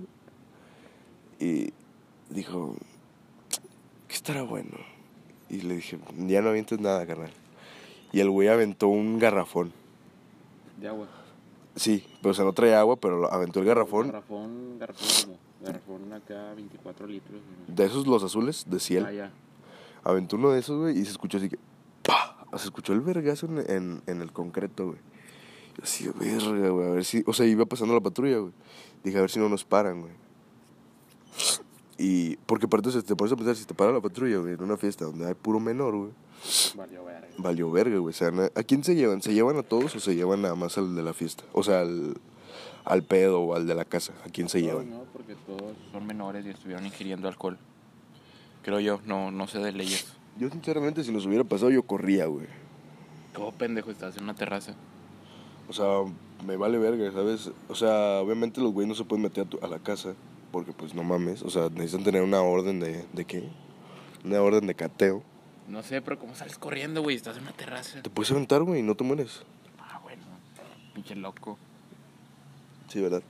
[SPEAKER 1] Y dijo, ¿qué estará bueno? Y le dije, ya no avientes nada, carnal. Y el güey aventó un garrafón.
[SPEAKER 2] De agua.
[SPEAKER 1] Sí, pero o sea, no traía agua, pero lo- aventó el garrafón.
[SPEAKER 2] Garrafón, garrafón como. Garrafón acá, 24 litros. ¿no?
[SPEAKER 1] De esos los azules, de cielo.
[SPEAKER 2] Ah, ya.
[SPEAKER 1] Aventó uno de esos, güey, y se escuchó así que. ¡Pah! Se escuchó el vergazo en, en, en el concreto, güey. Yo así de verga, güey. A ver si. O sea, iba pasando la patrulla, güey. Dije, a ver si no nos paran, güey. Y. Porque aparte, o sea, te pones a pensar, si te para la patrulla, güey, en una fiesta donde hay puro menor, güey.
[SPEAKER 2] Valió verga.
[SPEAKER 1] Valió verga, güey. O sea, na- ¿a quién se llevan? ¿Se llevan a todos o se llevan nada más al de la fiesta? O sea, al, al pedo o al de la casa. ¿A quién se
[SPEAKER 2] No,
[SPEAKER 1] llevan?
[SPEAKER 2] No, porque todos son menores y estuvieron ingiriendo alcohol. Creo yo, no, no sé de leyes.
[SPEAKER 1] Yo, sinceramente, si nos hubiera pasado, yo corría, güey.
[SPEAKER 2] Todo pendejo estás en una terraza.
[SPEAKER 1] O sea, me vale verga, ¿sabes? O sea, obviamente los güeyes no se pueden meter a, tu- a la casa porque, pues, no mames. O sea, necesitan tener una orden de... ¿De qué? Una orden de cateo.
[SPEAKER 2] No sé, pero ¿cómo sales corriendo, güey? Estás en una terraza.
[SPEAKER 1] Te puedes aventar, güey, y no te mueres.
[SPEAKER 2] Ah, bueno. Pinche loco.
[SPEAKER 1] Sí, ¿verdad?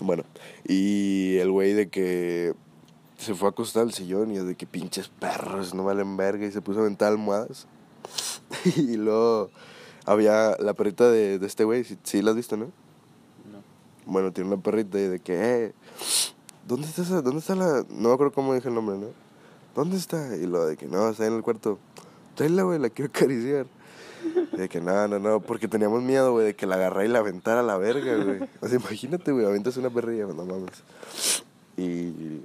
[SPEAKER 1] Bueno, y el güey de que se fue a acostar al sillón y yo de que pinches perros, no valen verga, y se puso a aventar almohadas. y luego había la perrita de, de este güey, sí, sí la has visto, ¿no?
[SPEAKER 2] No.
[SPEAKER 1] Bueno, tiene una perrita y de que, eh, ¿dónde está esa, dónde está la, no me acuerdo cómo dije el nombre, ¿no? ¿Dónde está? Y lo de que, no, está ahí en el cuarto. Tráela, güey, la quiero acariciar. Y de que, no, no, no, porque teníamos miedo, güey, de que la agarrara y la aventara a la verga, güey. O sea, imagínate, güey, aventas una perrilla, no mames. Y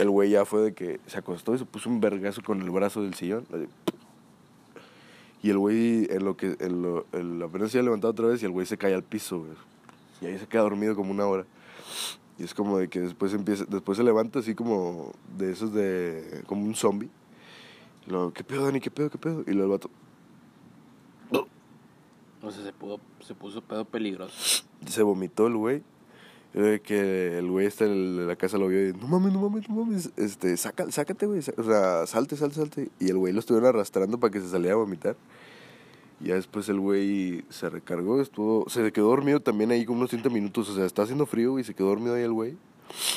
[SPEAKER 1] el güey ya fue de que se acostó y se puso un vergazo con el brazo del sillón. así, Y el güey, en lo que, en lo, en lo- apenas se había levantado otra vez y el güey se cae al piso, güey. Y ahí se queda dormido como una hora. Y es como de que después empieza, después se levanta así como de esos de, como un zombie. Y luego, ¿qué pedo, Dani? ¿Qué pedo? ¿Qué pedo? Y luego el vato,
[SPEAKER 2] O sea, se, pudo, se puso pedo peligroso.
[SPEAKER 1] se vomitó el güey. Y luego de que el güey está en la casa lo vio y no mames, no mames, no mames. Este, saca, sácate, güey. sa- O sea, salte, salte, salte. Y el güey lo estuvieron arrastrando para que se saliera a vomitar. Y ya después el güey se recargó, estuvo, se quedó dormido también ahí como unos 30 minutos. O sea, está haciendo frío, güey, se quedó dormido ahí el güey.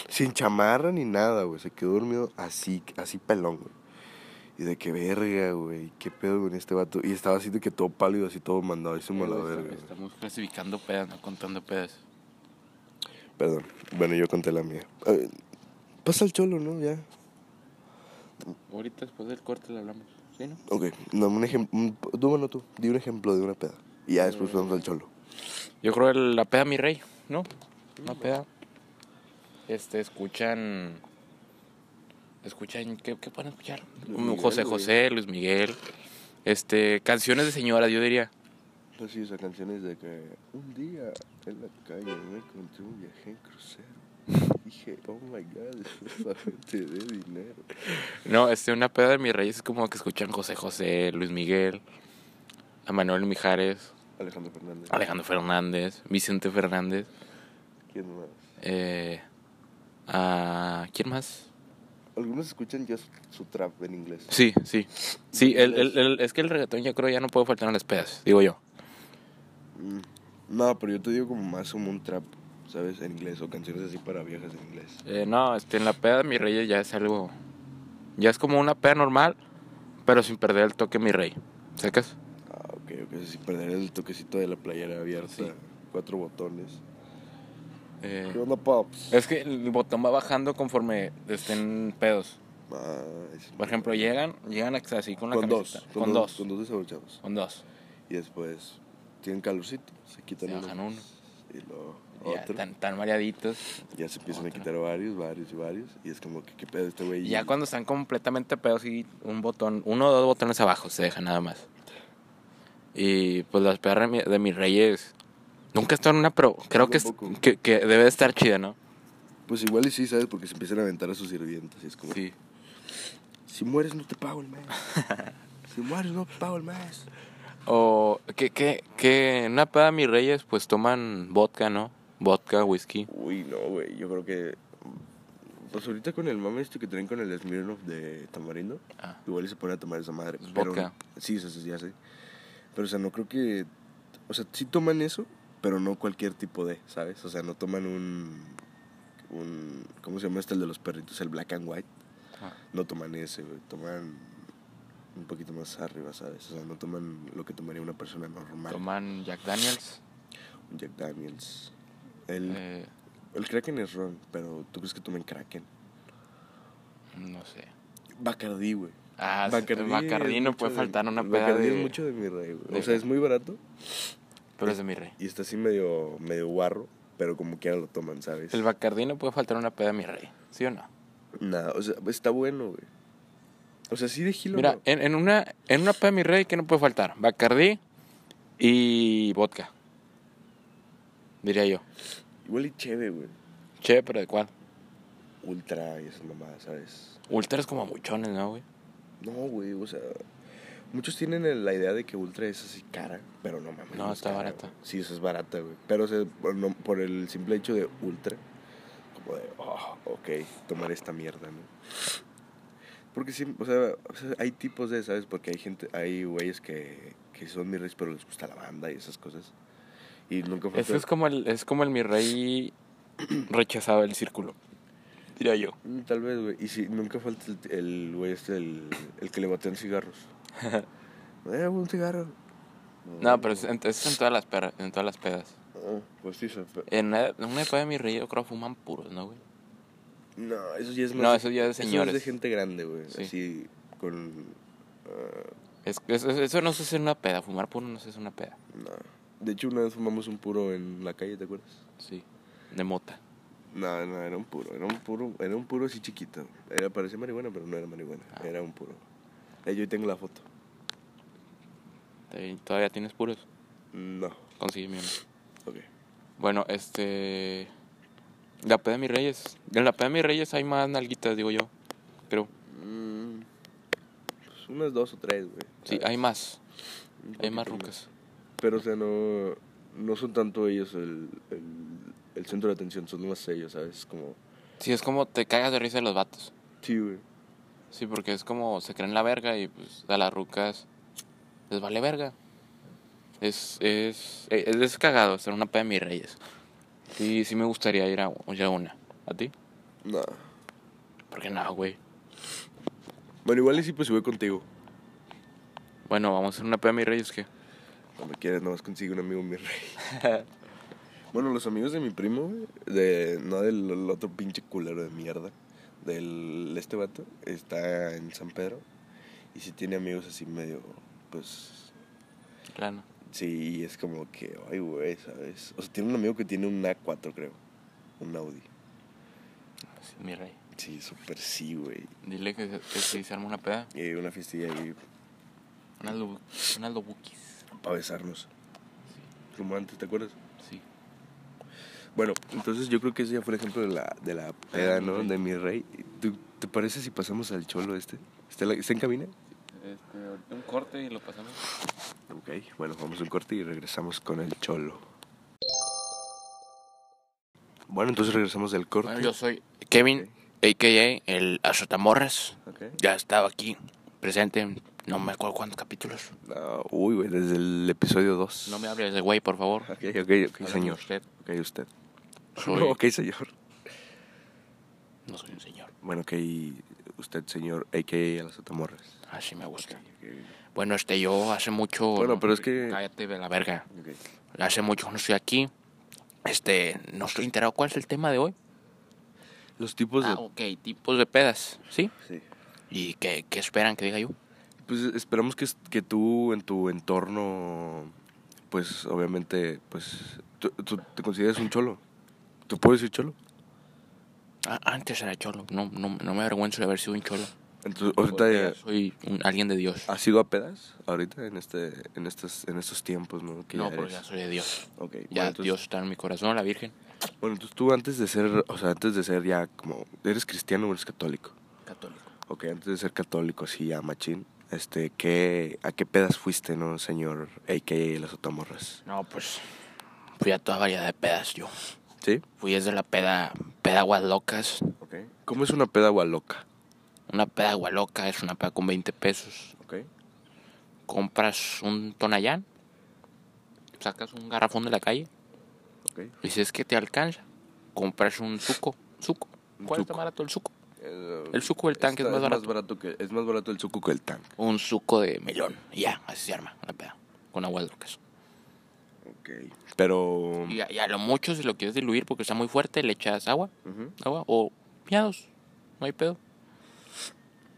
[SPEAKER 1] Sin chamarra ni nada, güey. Se quedó dormido así, así pelón, güey. Y de que verga, güey, qué pedo con este vato. Y estaba así de que todo pálido, así todo mandado, así como a la verga. güey.
[SPEAKER 2] Estamos clasificando pedas, no contando pedas.
[SPEAKER 1] Perdón. Bueno, yo conté la mía. A ver, pasa el cholo, ¿no? Ya.
[SPEAKER 2] Ahorita después del corte le hablamos. ¿Sí, no?
[SPEAKER 1] Ok, no, un ejemplo. Tú, bueno, tú, di un ejemplo de una peda. Y ya después vamos al cholo.
[SPEAKER 2] Yo creo el- la peda mi rey, ¿no? Una peda. Este, escuchan. Escuchan. ¿Qué, qué pueden escuchar?
[SPEAKER 1] Luis
[SPEAKER 2] Como
[SPEAKER 1] Miguel,
[SPEAKER 2] José
[SPEAKER 1] güey.
[SPEAKER 2] José, Luis Miguel. Este, canciones de señoras, yo diría.
[SPEAKER 1] Entonces, sí, esas canciones de que un día en la calle me encontré un viaje en crucero. Dije, oh my god, esta gente de dinero.
[SPEAKER 2] No, este, una peda de mi rey es como que escuchan José José, Luis Miguel, a Manuel Mijares,
[SPEAKER 1] Alejandro Fernández.
[SPEAKER 2] Alejandro Fernández, Vicente Fernández.
[SPEAKER 1] ¿Quién más?
[SPEAKER 2] Eh, a- ¿Quién más?
[SPEAKER 1] Algunos escuchan ya su, su trap en inglés.
[SPEAKER 2] Sí, sí. Sí, el, el- el- es que el reggaetón yo creo ya no puede faltar en las pedas, digo yo.
[SPEAKER 1] Mm. No, pero yo te digo como más como un trap, ¿sabes? En inglés o canciones así para viejas en inglés.
[SPEAKER 2] Eh, no, este, en la peda de mi rey ya es algo... Ya es como una peda normal, pero sin perder el toque mi rey. ¿Sacas?
[SPEAKER 1] Ah, ok, ok. Si perder el toquecito de la playera abierta,
[SPEAKER 2] Sí.
[SPEAKER 1] cuatro botones.
[SPEAKER 2] Eh,
[SPEAKER 1] ¿Qué onda, Pops?
[SPEAKER 2] es que el botón va bajando conforme estén pedos.
[SPEAKER 1] Ah, es-
[SPEAKER 2] Por ejemplo, llegan, llegan así con la
[SPEAKER 1] con dos,
[SPEAKER 2] camiseta.
[SPEAKER 1] con, dos. Con dos desabrochados.
[SPEAKER 2] Con dos.
[SPEAKER 1] Y después tienen calorcito, se quitan
[SPEAKER 2] Se bajan uno.
[SPEAKER 1] Y luego
[SPEAKER 2] Ya
[SPEAKER 1] otro.
[SPEAKER 2] tan, tan mareaditos.
[SPEAKER 1] Ya se empiezan a
[SPEAKER 2] otro.
[SPEAKER 1] quitar varios, varios y varios. Y es como que, ¿qué pedo este güey?
[SPEAKER 2] Y ya cuando están completamente pedos y un botón, uno o dos botones abajo se deja nada más. Y pues las perras de mi- de mis reyes. Nunca he estado en una, pero creo que, es-
[SPEAKER 1] tampoco.
[SPEAKER 2] que, que debe de estar chida, ¿no?
[SPEAKER 1] Pues igual y sí, ¿sabes? Porque se empiezan a aventar a sus sirvientas. Y es como,
[SPEAKER 2] Sí.
[SPEAKER 1] si mueres no te pago el mes. si mueres no te pago el mes.
[SPEAKER 2] O que, que, que en una peda de mis reyes pues toman vodka, ¿no? Vodka, whisky.
[SPEAKER 1] Uy, no, güey. Yo creo que... Pues ahorita con el mame este que traen con el Smirnoff de Tamarindo,
[SPEAKER 2] Ah,
[SPEAKER 1] igual y se pone a tomar esa madre.
[SPEAKER 2] Es
[SPEAKER 1] pero-
[SPEAKER 2] vodka.
[SPEAKER 1] Sí, eso sí, ya sé. Pero, o sea, no creo que... O sea, sí toman eso, pero no cualquier tipo de, ¿sabes? O sea, no toman un... un ¿Cómo se llama este? El de los perritos, el black and white.
[SPEAKER 2] Ah.
[SPEAKER 1] No toman ese, güey. Toman un poquito más arriba, ¿sabes? O sea, no toman lo que tomaría una persona normal.
[SPEAKER 2] toman Jack Daniels.
[SPEAKER 1] Un Jack Daniels. El
[SPEAKER 2] eh,
[SPEAKER 1] El Kraken es ron, pero ¿tú crees que tomen Kraken?
[SPEAKER 2] no sé.
[SPEAKER 1] Bacardí, güey.
[SPEAKER 2] Ah, Bacardí
[SPEAKER 1] es
[SPEAKER 2] no
[SPEAKER 1] mucho
[SPEAKER 2] puede
[SPEAKER 1] de-
[SPEAKER 2] faltar en una peda
[SPEAKER 1] Bacardí
[SPEAKER 2] de...
[SPEAKER 1] es mucho de mi rey, güey.
[SPEAKER 2] de-
[SPEAKER 1] O sea, es muy barato
[SPEAKER 2] Pero es de mi rey.
[SPEAKER 1] y está así medio, medio guarro, pero como quiera lo toman, ¿sabes?
[SPEAKER 2] El Bacardí no puede faltar en una peda de mi rey, ¿sí o no?
[SPEAKER 1] Nada, o sea, está bueno, güey. O sea, sí de gilo,
[SPEAKER 2] Mira, eh
[SPEAKER 1] no.
[SPEAKER 2] en, en una en una peda mi rey que no puede faltar, Bacardí y vodka. Diría yo.
[SPEAKER 1] Igual y chévere, güey.
[SPEAKER 2] Che, pero ¿de cuál?
[SPEAKER 1] Ultra y esas mamadas, ¿sabes?
[SPEAKER 2] Ultra es como muchones, ¿no, güey?
[SPEAKER 1] No, güey, o sea... Muchos tienen el- la idea de que Ultra es así cara, pero no mames.
[SPEAKER 2] No,
[SPEAKER 1] es
[SPEAKER 2] está
[SPEAKER 1] cara,
[SPEAKER 2] barata.
[SPEAKER 1] güey. Sí, eso es barata, güey. Pero o sea, por, no- por el simple hecho de Ultra, como de, oh, ok, tomar esta mierda, ¿no? Porque sí, o sea, o sea, hay tipos de, ¿sabes? Porque hay gente, hay güeyes que, que son mis reyes, pero les gusta la banda y esas cosas. Y nunca
[SPEAKER 2] Eso es como el es como el mi rey rechazado del círculo. Diría yo.
[SPEAKER 1] Mm, Tal vez, güey. Y si nunca falta el- el güey este, el, el que le batean cigarros. eh, un cigarro.
[SPEAKER 2] No, pero es, en- es en todas las perras, en todas las pedas.
[SPEAKER 1] Ah, pues sí, se- pero-
[SPEAKER 2] En una, en una peda de mi rey yo creo fuman puros, ¿no, güey?
[SPEAKER 1] No, eso ya es más.
[SPEAKER 2] No, eso ya es de
[SPEAKER 1] eso
[SPEAKER 2] señores.
[SPEAKER 1] de gente grande, güey.
[SPEAKER 2] Sí.
[SPEAKER 1] Así, con. ah,
[SPEAKER 2] Es- es- es- eso no se hace en una peda, fumar puro no se hace en una peda.
[SPEAKER 1] no. De hecho, una vez fumamos un puro en la calle, ¿te acuerdas?
[SPEAKER 2] Sí, de mota.
[SPEAKER 1] No, no, era un puro. Era un puro, era un puro así chiquito. Era, parecía marihuana, pero no era marihuana.
[SPEAKER 2] Ah.
[SPEAKER 1] Era un puro. Eh, yo ahí tengo la foto.
[SPEAKER 2] Todavía tienes puros.
[SPEAKER 1] No.
[SPEAKER 2] Consígueme uno.
[SPEAKER 1] Ok.
[SPEAKER 2] Bueno, este. La peda de mis reyes. En la peda de mis reyes hay más nalguitas, digo yo. Creo.
[SPEAKER 1] Mm, pues unas dos o tres, güey.
[SPEAKER 2] Sí,
[SPEAKER 1] ¿sabes?
[SPEAKER 2] hay más.
[SPEAKER 1] Un
[SPEAKER 2] Hay más
[SPEAKER 1] poquito
[SPEAKER 2] rucas.
[SPEAKER 1] Pero, o sea, no, no son tanto ellos el, el, el centro de atención, son más ellos, ¿sabes? Como,
[SPEAKER 2] Sí, es como te cagas de risa de los vatos.
[SPEAKER 1] sí, güey.
[SPEAKER 2] Sí, porque es como se creen la verga y pues a las rucas les vale verga. Es, es, e, es, es cagado estar en una peda de mis reyes. Sí, sí me gustaría ir a, ir a una. ¿A ti?
[SPEAKER 1] No.
[SPEAKER 2] ¿Por qué no, güey?
[SPEAKER 1] Bueno, igual y sí, pues voy contigo.
[SPEAKER 2] Bueno, vamos a hacer una peda de mis reyes, ¿qué?
[SPEAKER 1] No me quieres, nomás consigo un amigo mi rey. bueno, los amigos de mi primo, güey, de, no del el otro pinche culero de mierda, del este vato, está en San Pedro. Y sí tiene amigos así medio, pues,
[SPEAKER 2] Claro.
[SPEAKER 1] sí, y es como que, ay, güey, ¿sabes? O sea, tiene un amigo que tiene un A4, creo, un Audi.
[SPEAKER 2] mi rey.
[SPEAKER 1] Sí, súper sí, güey.
[SPEAKER 2] Dile que, se- que si se arma una peda,
[SPEAKER 1] Y una fiestilla ahí
[SPEAKER 2] unas, lobu- unas lobukis.
[SPEAKER 1] para besarnos. Como antes, ¿te acuerdas?
[SPEAKER 2] Sí.
[SPEAKER 1] Bueno, entonces yo creo que ese ya fue el ejemplo de la, de la peda, ¿no? De mi rey. ¿Tú- ¿Te parece si pasamos al cholo este? ¿Está, la- está en cabina?
[SPEAKER 2] Este, un corte y lo pasamos.
[SPEAKER 1] Ok, bueno, vamos a un corte y regresamos con el cholo. Bueno, entonces regresamos del corte.
[SPEAKER 2] Bueno, yo soy Kevin, a.k.a. el Azotamorras.
[SPEAKER 1] Ok.
[SPEAKER 2] Ya estaba aquí, presente, en no me acuerdo cuántos capítulos.
[SPEAKER 1] No, uy, güey, desde el episodio 2.
[SPEAKER 2] No me hables de güey, por favor.
[SPEAKER 1] Ok, ok, ok,
[SPEAKER 2] Háblame
[SPEAKER 1] señor.
[SPEAKER 2] usted.
[SPEAKER 1] Ok, usted.
[SPEAKER 2] Soy-
[SPEAKER 1] No, ok, señor.
[SPEAKER 2] No soy un señor.
[SPEAKER 1] Bueno, ok, usted, señor, a.k.a. las Otamorras.
[SPEAKER 2] Así me gusta. Bueno, este, yo hace mucho...
[SPEAKER 1] Bueno, pero es que-
[SPEAKER 2] Cállate de la verga.
[SPEAKER 1] Ok.
[SPEAKER 2] Hace mucho que no estoy aquí. Este, no estoy enterado cuál es el tema de hoy.
[SPEAKER 1] Los tipos
[SPEAKER 2] Ah,
[SPEAKER 1] Pues de...
[SPEAKER 2] ok, tipos de pedas, ¿sí?
[SPEAKER 1] Sí.
[SPEAKER 2] ¿Y qué, qué esperan que diga yo?
[SPEAKER 1] Pues esperamos que, es- que tú en tu entorno, pues obviamente, pues tú, tú te consideras un cholo. ¿Tú puedes decir cholo?
[SPEAKER 2] Ah, antes era cholo, no, no, no me avergüenzo de haber sido un cholo.
[SPEAKER 1] Entonces, ahorita
[SPEAKER 2] Porque
[SPEAKER 1] ya- Ah,
[SPEAKER 2] soy un, alguien de Dios.
[SPEAKER 1] has ido a pedas ahorita en este en estos en estos tiempos, ¿no? Que
[SPEAKER 2] no,
[SPEAKER 1] ya
[SPEAKER 2] porque
[SPEAKER 1] eres-
[SPEAKER 2] ya soy de Dios.
[SPEAKER 1] Ok,
[SPEAKER 2] Ya
[SPEAKER 1] bueno, entonces,
[SPEAKER 2] Dios está en mi corazón, la Virgen.
[SPEAKER 1] Bueno, entonces tú antes de ser, o sea, antes de ser ya como eres cristiano o eres católico.
[SPEAKER 2] Católico.
[SPEAKER 1] Ok, antes de ser católico, sí, ya machín. Este, ¿qué, ¿a qué pedas fuiste, no, señor a.k.a. Las Otamorras?
[SPEAKER 2] No, pues fui a toda variedad de pedas yo.
[SPEAKER 1] ¿Sí?
[SPEAKER 2] Fui desde la peda, peda aguas locas.
[SPEAKER 1] Ok. ¿Cómo es una peda gualoca?
[SPEAKER 2] Una peda agua loca es una peda con 20 pesos.
[SPEAKER 1] Ok.
[SPEAKER 2] Compras un tonallán, sacas un garrafón de la calle
[SPEAKER 1] Ok.
[SPEAKER 2] y si es que te alcanza, compras un suco. ¿Suco?
[SPEAKER 1] Un
[SPEAKER 2] ¿Cuál está
[SPEAKER 1] suco.
[SPEAKER 2] barato el suco?
[SPEAKER 1] El,
[SPEAKER 2] El suco del tanque es más barato.
[SPEAKER 1] que, es más barato el suco que el tanque.
[SPEAKER 2] Un suco de melón. Y ya, así se arma la peda. Con aguas locas.
[SPEAKER 1] Ok. Pero.
[SPEAKER 2] Y a, y a lo mucho, si lo quieres diluir porque está muy fuerte, le echas agua, agua o piñados. No hay pedo.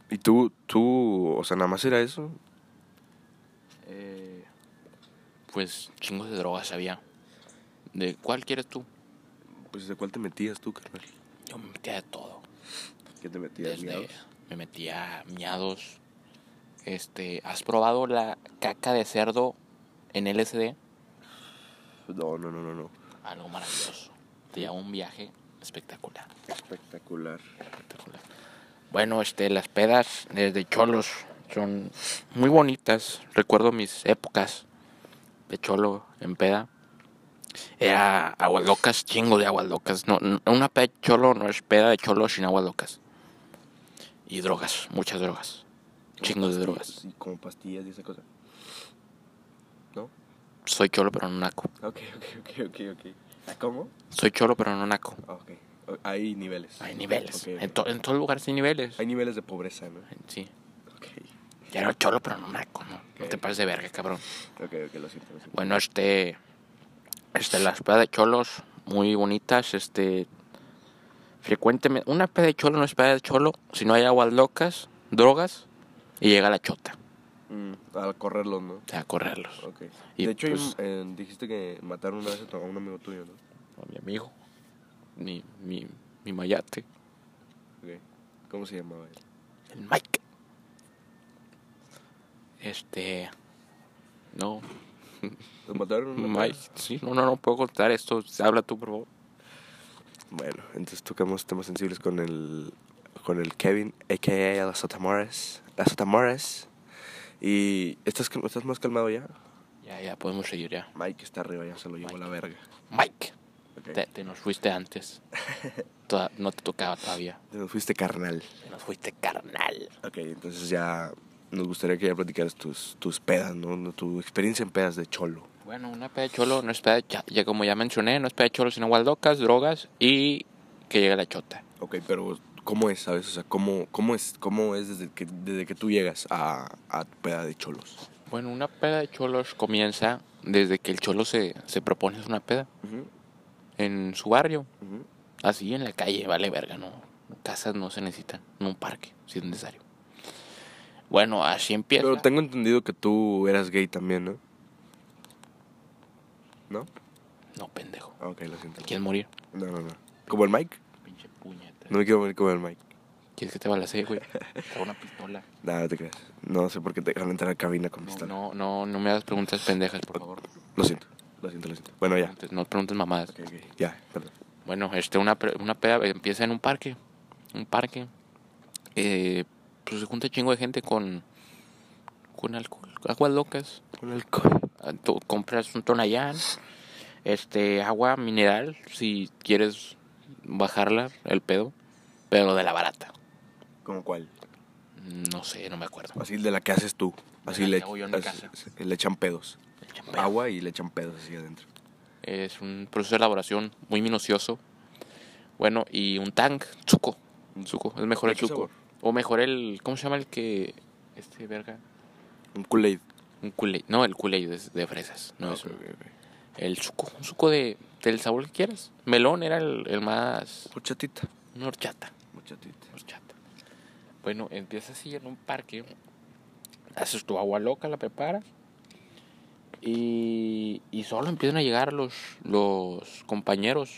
[SPEAKER 1] ¿Y tú, tú, o sea, nada más era eso?
[SPEAKER 2] Pues chingos de drogas había. ¿De cuál quieres tú?
[SPEAKER 1] Pues, ¿de cuál te metías tú, carnal?
[SPEAKER 2] Yo me metía de todo.
[SPEAKER 1] ¿Qué te metías,
[SPEAKER 2] Desde, me metía miados. Este, ¿has probado la caca de cerdo en LSD?
[SPEAKER 1] No, no, no, no, no.
[SPEAKER 2] Algo maravilloso. Te lleva a un viaje espectacular.
[SPEAKER 1] Espectacular.
[SPEAKER 2] espectacular. Bueno, este, las pedas desde cholos son muy bonitas. Recuerdo mis épocas de cholo en peda. Era aguas locas, chingo de aguas locas. No, no, una peda de cholo no es peda de cholo sin aguas locas. Y drogas, muchas drogas. Chingo de drogas.
[SPEAKER 1] Sí, como pastillas y esa cosa. ¿No?
[SPEAKER 2] Soy cholo pero no naco.
[SPEAKER 1] Ok, ok, ok, ok, ok. ¿Ah, ¿Cómo?
[SPEAKER 2] Soy cholo pero no naco.
[SPEAKER 1] Ah, ok. O- Hay niveles.
[SPEAKER 2] Hay niveles.
[SPEAKER 1] Ok, ok.
[SPEAKER 2] En, to- en todos lugares hay niveles.
[SPEAKER 1] Hay niveles de pobreza, ¿no?
[SPEAKER 2] Sí.
[SPEAKER 1] Ok.
[SPEAKER 2] Ya era cholo pero no naco. No, no te pases de verga, cabrón.
[SPEAKER 1] Ok, ok, lo siento. Lo siento.
[SPEAKER 2] Bueno, este, este, las pedas de cholos muy bonitas, este, frecuentemente, una peda de cholo no es peda de cholo, si no hay aguas locas, drogas, y llega la chota,
[SPEAKER 1] Mm, al correrlo, ¿no?
[SPEAKER 2] o sea, a correrlos.
[SPEAKER 1] Ok.
[SPEAKER 2] Y,
[SPEAKER 1] de hecho, hay
[SPEAKER 2] pues-
[SPEAKER 1] un- eh, dijiste que mataron una vez a tu- a un amigo tuyo, ¿no?
[SPEAKER 2] A mi amigo, mi, mi, mi mayate,
[SPEAKER 1] Ok. ¿Cómo se llamaba él?
[SPEAKER 2] el Mike. Este, no,
[SPEAKER 1] ¿Lo mataron? en una
[SPEAKER 2] Mike,
[SPEAKER 1] peda?
[SPEAKER 2] sí, no, no, no puedo contar esto, habla tú, por favor.
[SPEAKER 1] Bueno, entonces tocamos temas sensibles con el, con el Kevin, a.k.a. Las Otamores. Las Otamores. Y ¿estás, cal- estás más calmado ya.
[SPEAKER 2] Ya, ya, podemos seguir ya.
[SPEAKER 1] Mike está arriba, ya se lo llevó a la verga.
[SPEAKER 2] Mike.
[SPEAKER 1] Ok.
[SPEAKER 2] Te, te nos fuiste antes. Toda- no te tocaba todavía.
[SPEAKER 1] Te nos fuiste carnal.
[SPEAKER 2] Te nos fuiste carnal.
[SPEAKER 1] Ok, entonces ya nos gustaría que ya platicaras tus, tus pedas, ¿no? No, Tu experiencia en pedas de cholo.
[SPEAKER 2] Bueno, una peda de cholo no es peda, ya, ya como ya mencioné, no es peda de cholo, sino gualdocas, drogas y que llegue la chota.
[SPEAKER 1] Ok, pero ¿cómo es, sabes? O sea, ¿cómo, cómo es, cómo es desde, que, desde que tú llegas a, a tu peda de cholos?
[SPEAKER 2] Bueno, una peda de cholos comienza desde que el cholo se, se propone hacer una peda
[SPEAKER 1] Ujú,
[SPEAKER 2] en su barrio,
[SPEAKER 1] ujú.
[SPEAKER 2] así en la calle, vale verga, no. Casas no se necesitan, en un parque, si es necesario. Bueno, así empieza.
[SPEAKER 1] Pero tengo entendido que tú eras gay también, ¿no? ¿No?
[SPEAKER 2] No, pendejo.
[SPEAKER 1] Ah, Ok, lo siento.
[SPEAKER 2] ¿Quieres morir?
[SPEAKER 1] No, no, no. ¿Como el Mike?
[SPEAKER 2] Pinche puñeta.
[SPEAKER 1] No me quiero morir como el Mike.
[SPEAKER 2] ¿Quieres que te balacee, güey? Con una pistola.
[SPEAKER 1] Nada, no te creas. No sé por qué te dejaron entrar a la cabina con
[SPEAKER 2] No,
[SPEAKER 1] pistola.
[SPEAKER 2] no, no, no me hagas preguntas pendejas, por favor.
[SPEAKER 1] Lo siento, lo siento, lo siento. Bueno, ya.
[SPEAKER 2] No preguntes mamadas.
[SPEAKER 1] Ok, ok, Ya, perdón.
[SPEAKER 2] Bueno, este, una, pre- una peda empieza en un parque. Un parque. Eh, pues se junta chingo de gente con. con alcohol. Aguas locas.
[SPEAKER 1] Con alcohol.
[SPEAKER 2] Ah, tú compras un tonallán. Este, agua mineral. Si quieres bajarla, el pedo. Pero de la barata.
[SPEAKER 1] ¿Cómo cuál?
[SPEAKER 2] No sé, no me acuerdo.
[SPEAKER 1] Así de la que haces tú. Así
[SPEAKER 2] la
[SPEAKER 1] le,
[SPEAKER 2] que hago yo en mi
[SPEAKER 1] así-
[SPEAKER 2] casa.
[SPEAKER 1] le echan pedos. Agua y le echan pedos así adentro.
[SPEAKER 2] Es un proceso de elaboración muy minucioso. Bueno, y un tank, chuco. Un chuco, es mejor
[SPEAKER 1] ¿De
[SPEAKER 2] el
[SPEAKER 1] qué
[SPEAKER 2] chuco.
[SPEAKER 1] sabor?
[SPEAKER 2] O mejor el. ¿Cómo se llama el que. Este, verga?
[SPEAKER 1] Un Kool-Aid.
[SPEAKER 2] Un culé. No, el culé de, de fresas. No,
[SPEAKER 1] Ah,
[SPEAKER 2] es
[SPEAKER 1] ok,
[SPEAKER 2] un-
[SPEAKER 1] ok, ok.
[SPEAKER 2] El chuco. Un chuco de, del sabor que quieras. Melón era el, el más.
[SPEAKER 1] Muchatita.
[SPEAKER 2] Una horchata.
[SPEAKER 1] Muchatita.
[SPEAKER 2] Horchata. Bueno, empiezas así en un parque. Haces tu agua loca, la preparas. Y, y solo empiezan a llegar los, los compañeros.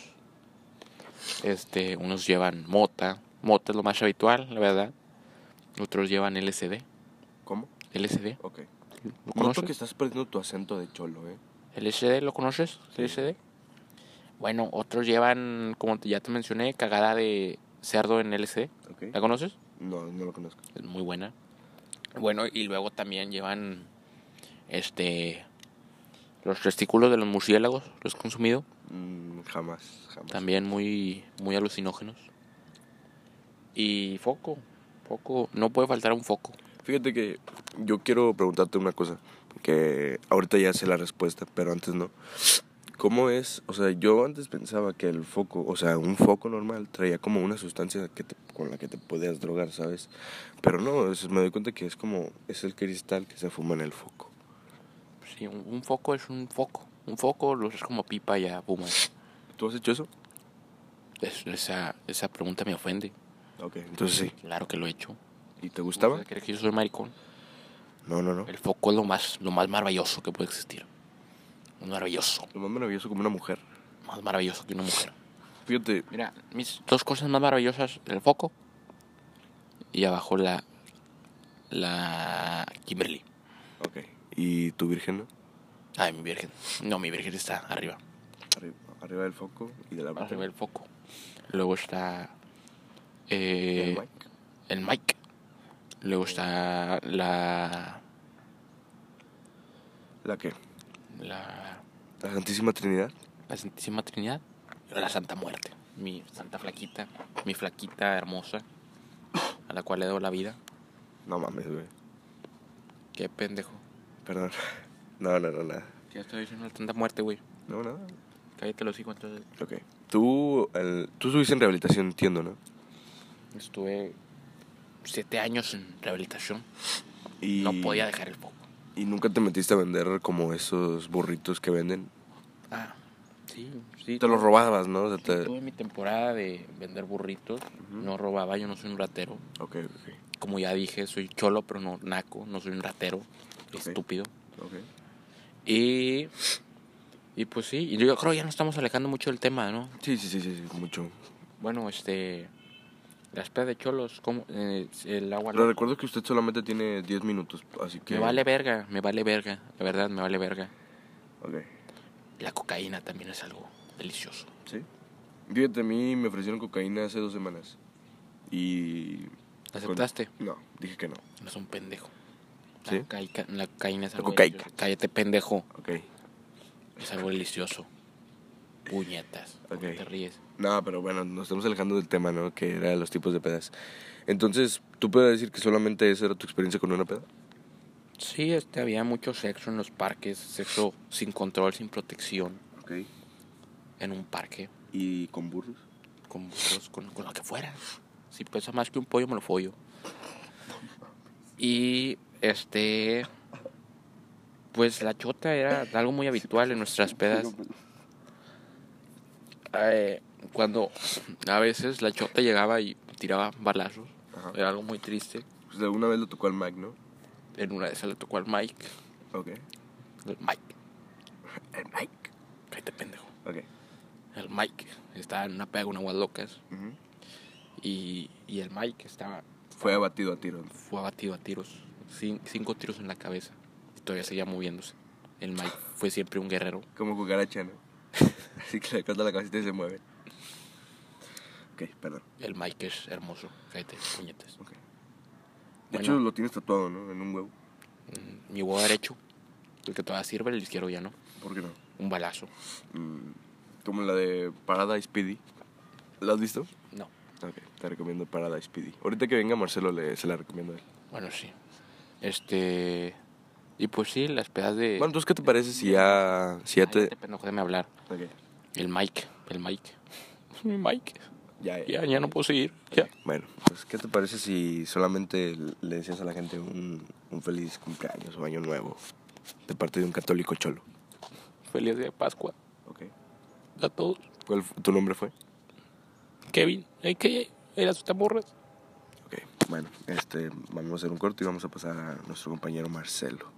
[SPEAKER 2] Este, unos llevan mota. Mota es lo más habitual, la verdad. Otros llevan LSD.
[SPEAKER 1] ¿Cómo?
[SPEAKER 2] LSD.
[SPEAKER 1] Ok.
[SPEAKER 2] ¿Lo
[SPEAKER 1] Noto
[SPEAKER 2] conoces?
[SPEAKER 1] que estás perdiendo tu acento de cholo, ¿eh?
[SPEAKER 2] ¿LSD lo conoces?
[SPEAKER 1] Sí.
[SPEAKER 2] ¿LSD? Bueno, otros llevan, como te- ya te mencioné, cagada de cerdo en LSD. ¿La
[SPEAKER 1] Ok.
[SPEAKER 2] conoces?
[SPEAKER 1] No, no lo conozco.
[SPEAKER 2] Es muy buena. Bueno, y luego también llevan este los testículos de los murciélagos, los he consumido,
[SPEAKER 1] Mm, jamás, jamás.
[SPEAKER 2] también muy muy alucinógenos. Y foco, foco, no puede faltar un foco.
[SPEAKER 1] Fíjate que yo quiero preguntarte una cosa, que ahorita ya sé la respuesta, pero antes no. ¿Cómo es? O sea, yo antes pensaba que el foco, o sea, un foco normal traía como una sustancia que te- con la que te podías drogar, ¿sabes? Pero no, es- me doy cuenta que es como, es el cristal que se fuma en el foco.
[SPEAKER 2] Sí, un, un foco es un foco, un foco lo es como pipa ya, puma.
[SPEAKER 1] ¿Tú has hecho eso?
[SPEAKER 2] Es- esa esa pregunta me ofende.
[SPEAKER 1] Ok, entonces Pues sí.
[SPEAKER 2] Claro que lo he hecho.
[SPEAKER 1] ¿Y te gustaba?
[SPEAKER 2] ¿Usted cree que yo soy maricón?
[SPEAKER 1] No, no, no.
[SPEAKER 2] El foco es lo más lo más maravilloso que puede existir. Maravilloso,
[SPEAKER 1] Lo más maravilloso como una mujer.
[SPEAKER 2] más maravilloso que una mujer.
[SPEAKER 1] Fíjate,
[SPEAKER 2] Mira, mis dos cosas más maravillosas, el foco y abajo la la Kimberly.
[SPEAKER 1] ok. ¿Y tu virgen no?
[SPEAKER 2] Ay, mi virgen. No, mi virgen está arriba.
[SPEAKER 1] Arriba, arriba del foco y de la virgen.
[SPEAKER 2] Arriba el foco. Luego está eh,
[SPEAKER 1] ¿El mic?
[SPEAKER 2] el Mike. Luego está la
[SPEAKER 1] ¿La qué?
[SPEAKER 2] la,
[SPEAKER 1] ¿La Santísima Trinidad?
[SPEAKER 2] la Santísima Trinidad, la Santa Muerte, mi santa flaquita, mi flaquita hermosa a la cual le doy la vida.
[SPEAKER 1] No mames, güey.
[SPEAKER 2] Qué pendejo.
[SPEAKER 1] Perdón. No, no, no, nada.
[SPEAKER 2] Ya estoy diciendo la Santa Muerte, güey.
[SPEAKER 1] No, nada.
[SPEAKER 2] Cállate los hijos entonces.
[SPEAKER 1] Ok. Tú, el- tú estuviste en rehabilitación, entiendo, ¿no?
[SPEAKER 2] Estuve siete años en rehabilitación.
[SPEAKER 1] Y,
[SPEAKER 2] No podía dejar el foco.
[SPEAKER 1] ¿Y nunca te metiste a vender como esos burritos que venden?
[SPEAKER 2] Ah, sí, sí.
[SPEAKER 1] Te los robabas, ¿no? O sea, te-
[SPEAKER 2] Tuve mi temporada de vender burritos. No robaba, yo no soy un ratero.
[SPEAKER 1] Ok, ok.
[SPEAKER 2] Como ya dije, soy cholo, pero no naco. No soy un ratero.
[SPEAKER 1] Ok.
[SPEAKER 2] Estúpido.
[SPEAKER 1] Ok.
[SPEAKER 2] Y. Y pues sí, y yo creo que ya nos estamos alejando mucho del tema, ¿no?
[SPEAKER 1] Sí, sí, sí, sí, sí, mucho.
[SPEAKER 2] Bueno, este. Las pedas de cholos, como el agua.
[SPEAKER 1] Pero recuerdo que usted solamente tiene 10 minutos, así que...
[SPEAKER 2] Me vale verga, me vale verga. La verdad, me vale verga.
[SPEAKER 1] Ok.
[SPEAKER 2] La cocaína también es algo delicioso.
[SPEAKER 1] ¿Sí? Fíjate, a mí me ofrecieron cocaína hace dos semanas. Y... pues,
[SPEAKER 2] ¿Aceptaste?
[SPEAKER 1] No, dije que no.
[SPEAKER 2] No es un pendejo. La,
[SPEAKER 1] ¿Sí?
[SPEAKER 2] caica- la cocaína es
[SPEAKER 1] La
[SPEAKER 2] algo
[SPEAKER 1] cocaica.
[SPEAKER 2] delicioso. Cállate, pendejo.
[SPEAKER 1] Ok.
[SPEAKER 2] Es algo delicioso. Puñetas. ¿Por qué
[SPEAKER 1] Ok.
[SPEAKER 2] te ríes?
[SPEAKER 1] No, pero bueno, nos estamos alejando del tema, ¿no? Que era los tipos de pedas. Entonces, ¿tú puedes decir que solamente esa era tu experiencia con una peda?
[SPEAKER 2] Sí, este, había mucho sexo en los parques, sexo sin control, sin protección,
[SPEAKER 1] Ok.
[SPEAKER 2] en un parque,
[SPEAKER 1] ¿Y con burros?
[SPEAKER 2] con, burros, con, con lo que fuera. Si pesa más que un pollo, me lo follo. Y este. Pues la chota era algo muy habitual en nuestras pedas. Eh, cuando a veces la chota llegaba y tiraba balazos,
[SPEAKER 1] Ajá.
[SPEAKER 2] era algo muy triste.
[SPEAKER 1] Pues de alguna vez lo tocó al Mac, ¿no?
[SPEAKER 2] En una de esas le tocó al Mike.
[SPEAKER 1] Ok.
[SPEAKER 2] El Mike,
[SPEAKER 1] El Mike.
[SPEAKER 2] cállate pendejo.
[SPEAKER 1] Ok.
[SPEAKER 2] El Mike estaba en una pega, una aguas locas.
[SPEAKER 1] Ujú.
[SPEAKER 2] Y, y el Mike estaba,
[SPEAKER 1] Fue abatido a tiro.
[SPEAKER 2] fue abatido a tiros. Cin- cinco tiros en la cabeza. Y todavía seguía moviéndose. El Mike fue siempre un guerrero.
[SPEAKER 1] Como cucaracha, ¿no? Así que le corta la cabecita y se mueve. Ok, perdón.
[SPEAKER 2] El Mike es hermoso. Cállate, puñetes.
[SPEAKER 1] Ok. De
[SPEAKER 2] Bueno.
[SPEAKER 1] hecho, lo tienes tatuado, ¿no? En un huevo.
[SPEAKER 2] Mm, Mi huevo derecho, el que todavía sirve, el izquierdo ya no.
[SPEAKER 1] ¿Por qué no?
[SPEAKER 2] Un balazo.
[SPEAKER 1] Mm, como la de Paradise PD. ¿La has visto?
[SPEAKER 2] No.
[SPEAKER 1] Ok, te recomiendo Paradise PD. Ahorita que venga Marcelo le, se la recomiendo a él.
[SPEAKER 2] Bueno, sí. Este. Y pues sí, las pedas de.
[SPEAKER 1] Bueno, ¿tú qué te parece si ya, si ya
[SPEAKER 2] Ay,
[SPEAKER 1] te...
[SPEAKER 2] este pendejo, déjame hablar.
[SPEAKER 1] Ok,
[SPEAKER 2] El Mike, el Mike. Mi Mike.
[SPEAKER 1] ya, ya.
[SPEAKER 2] Ya, ya no puedo seguir. Ya.
[SPEAKER 1] Bueno, pues ¿qué te parece si solamente le decías a la gente un, un feliz cumpleaños o año nuevo de parte de un católico cholo?
[SPEAKER 2] Feliz día de Pascua
[SPEAKER 1] Ok.
[SPEAKER 2] a todos.
[SPEAKER 1] ¿Cuál fu- tu nombre fue?
[SPEAKER 2] Kevin, ¿eh, ¿qué? ¿Eras sus tamborras?
[SPEAKER 1] Ok, bueno, este, vamos a hacer un corto y vamos a pasar a nuestro compañero Marcelo.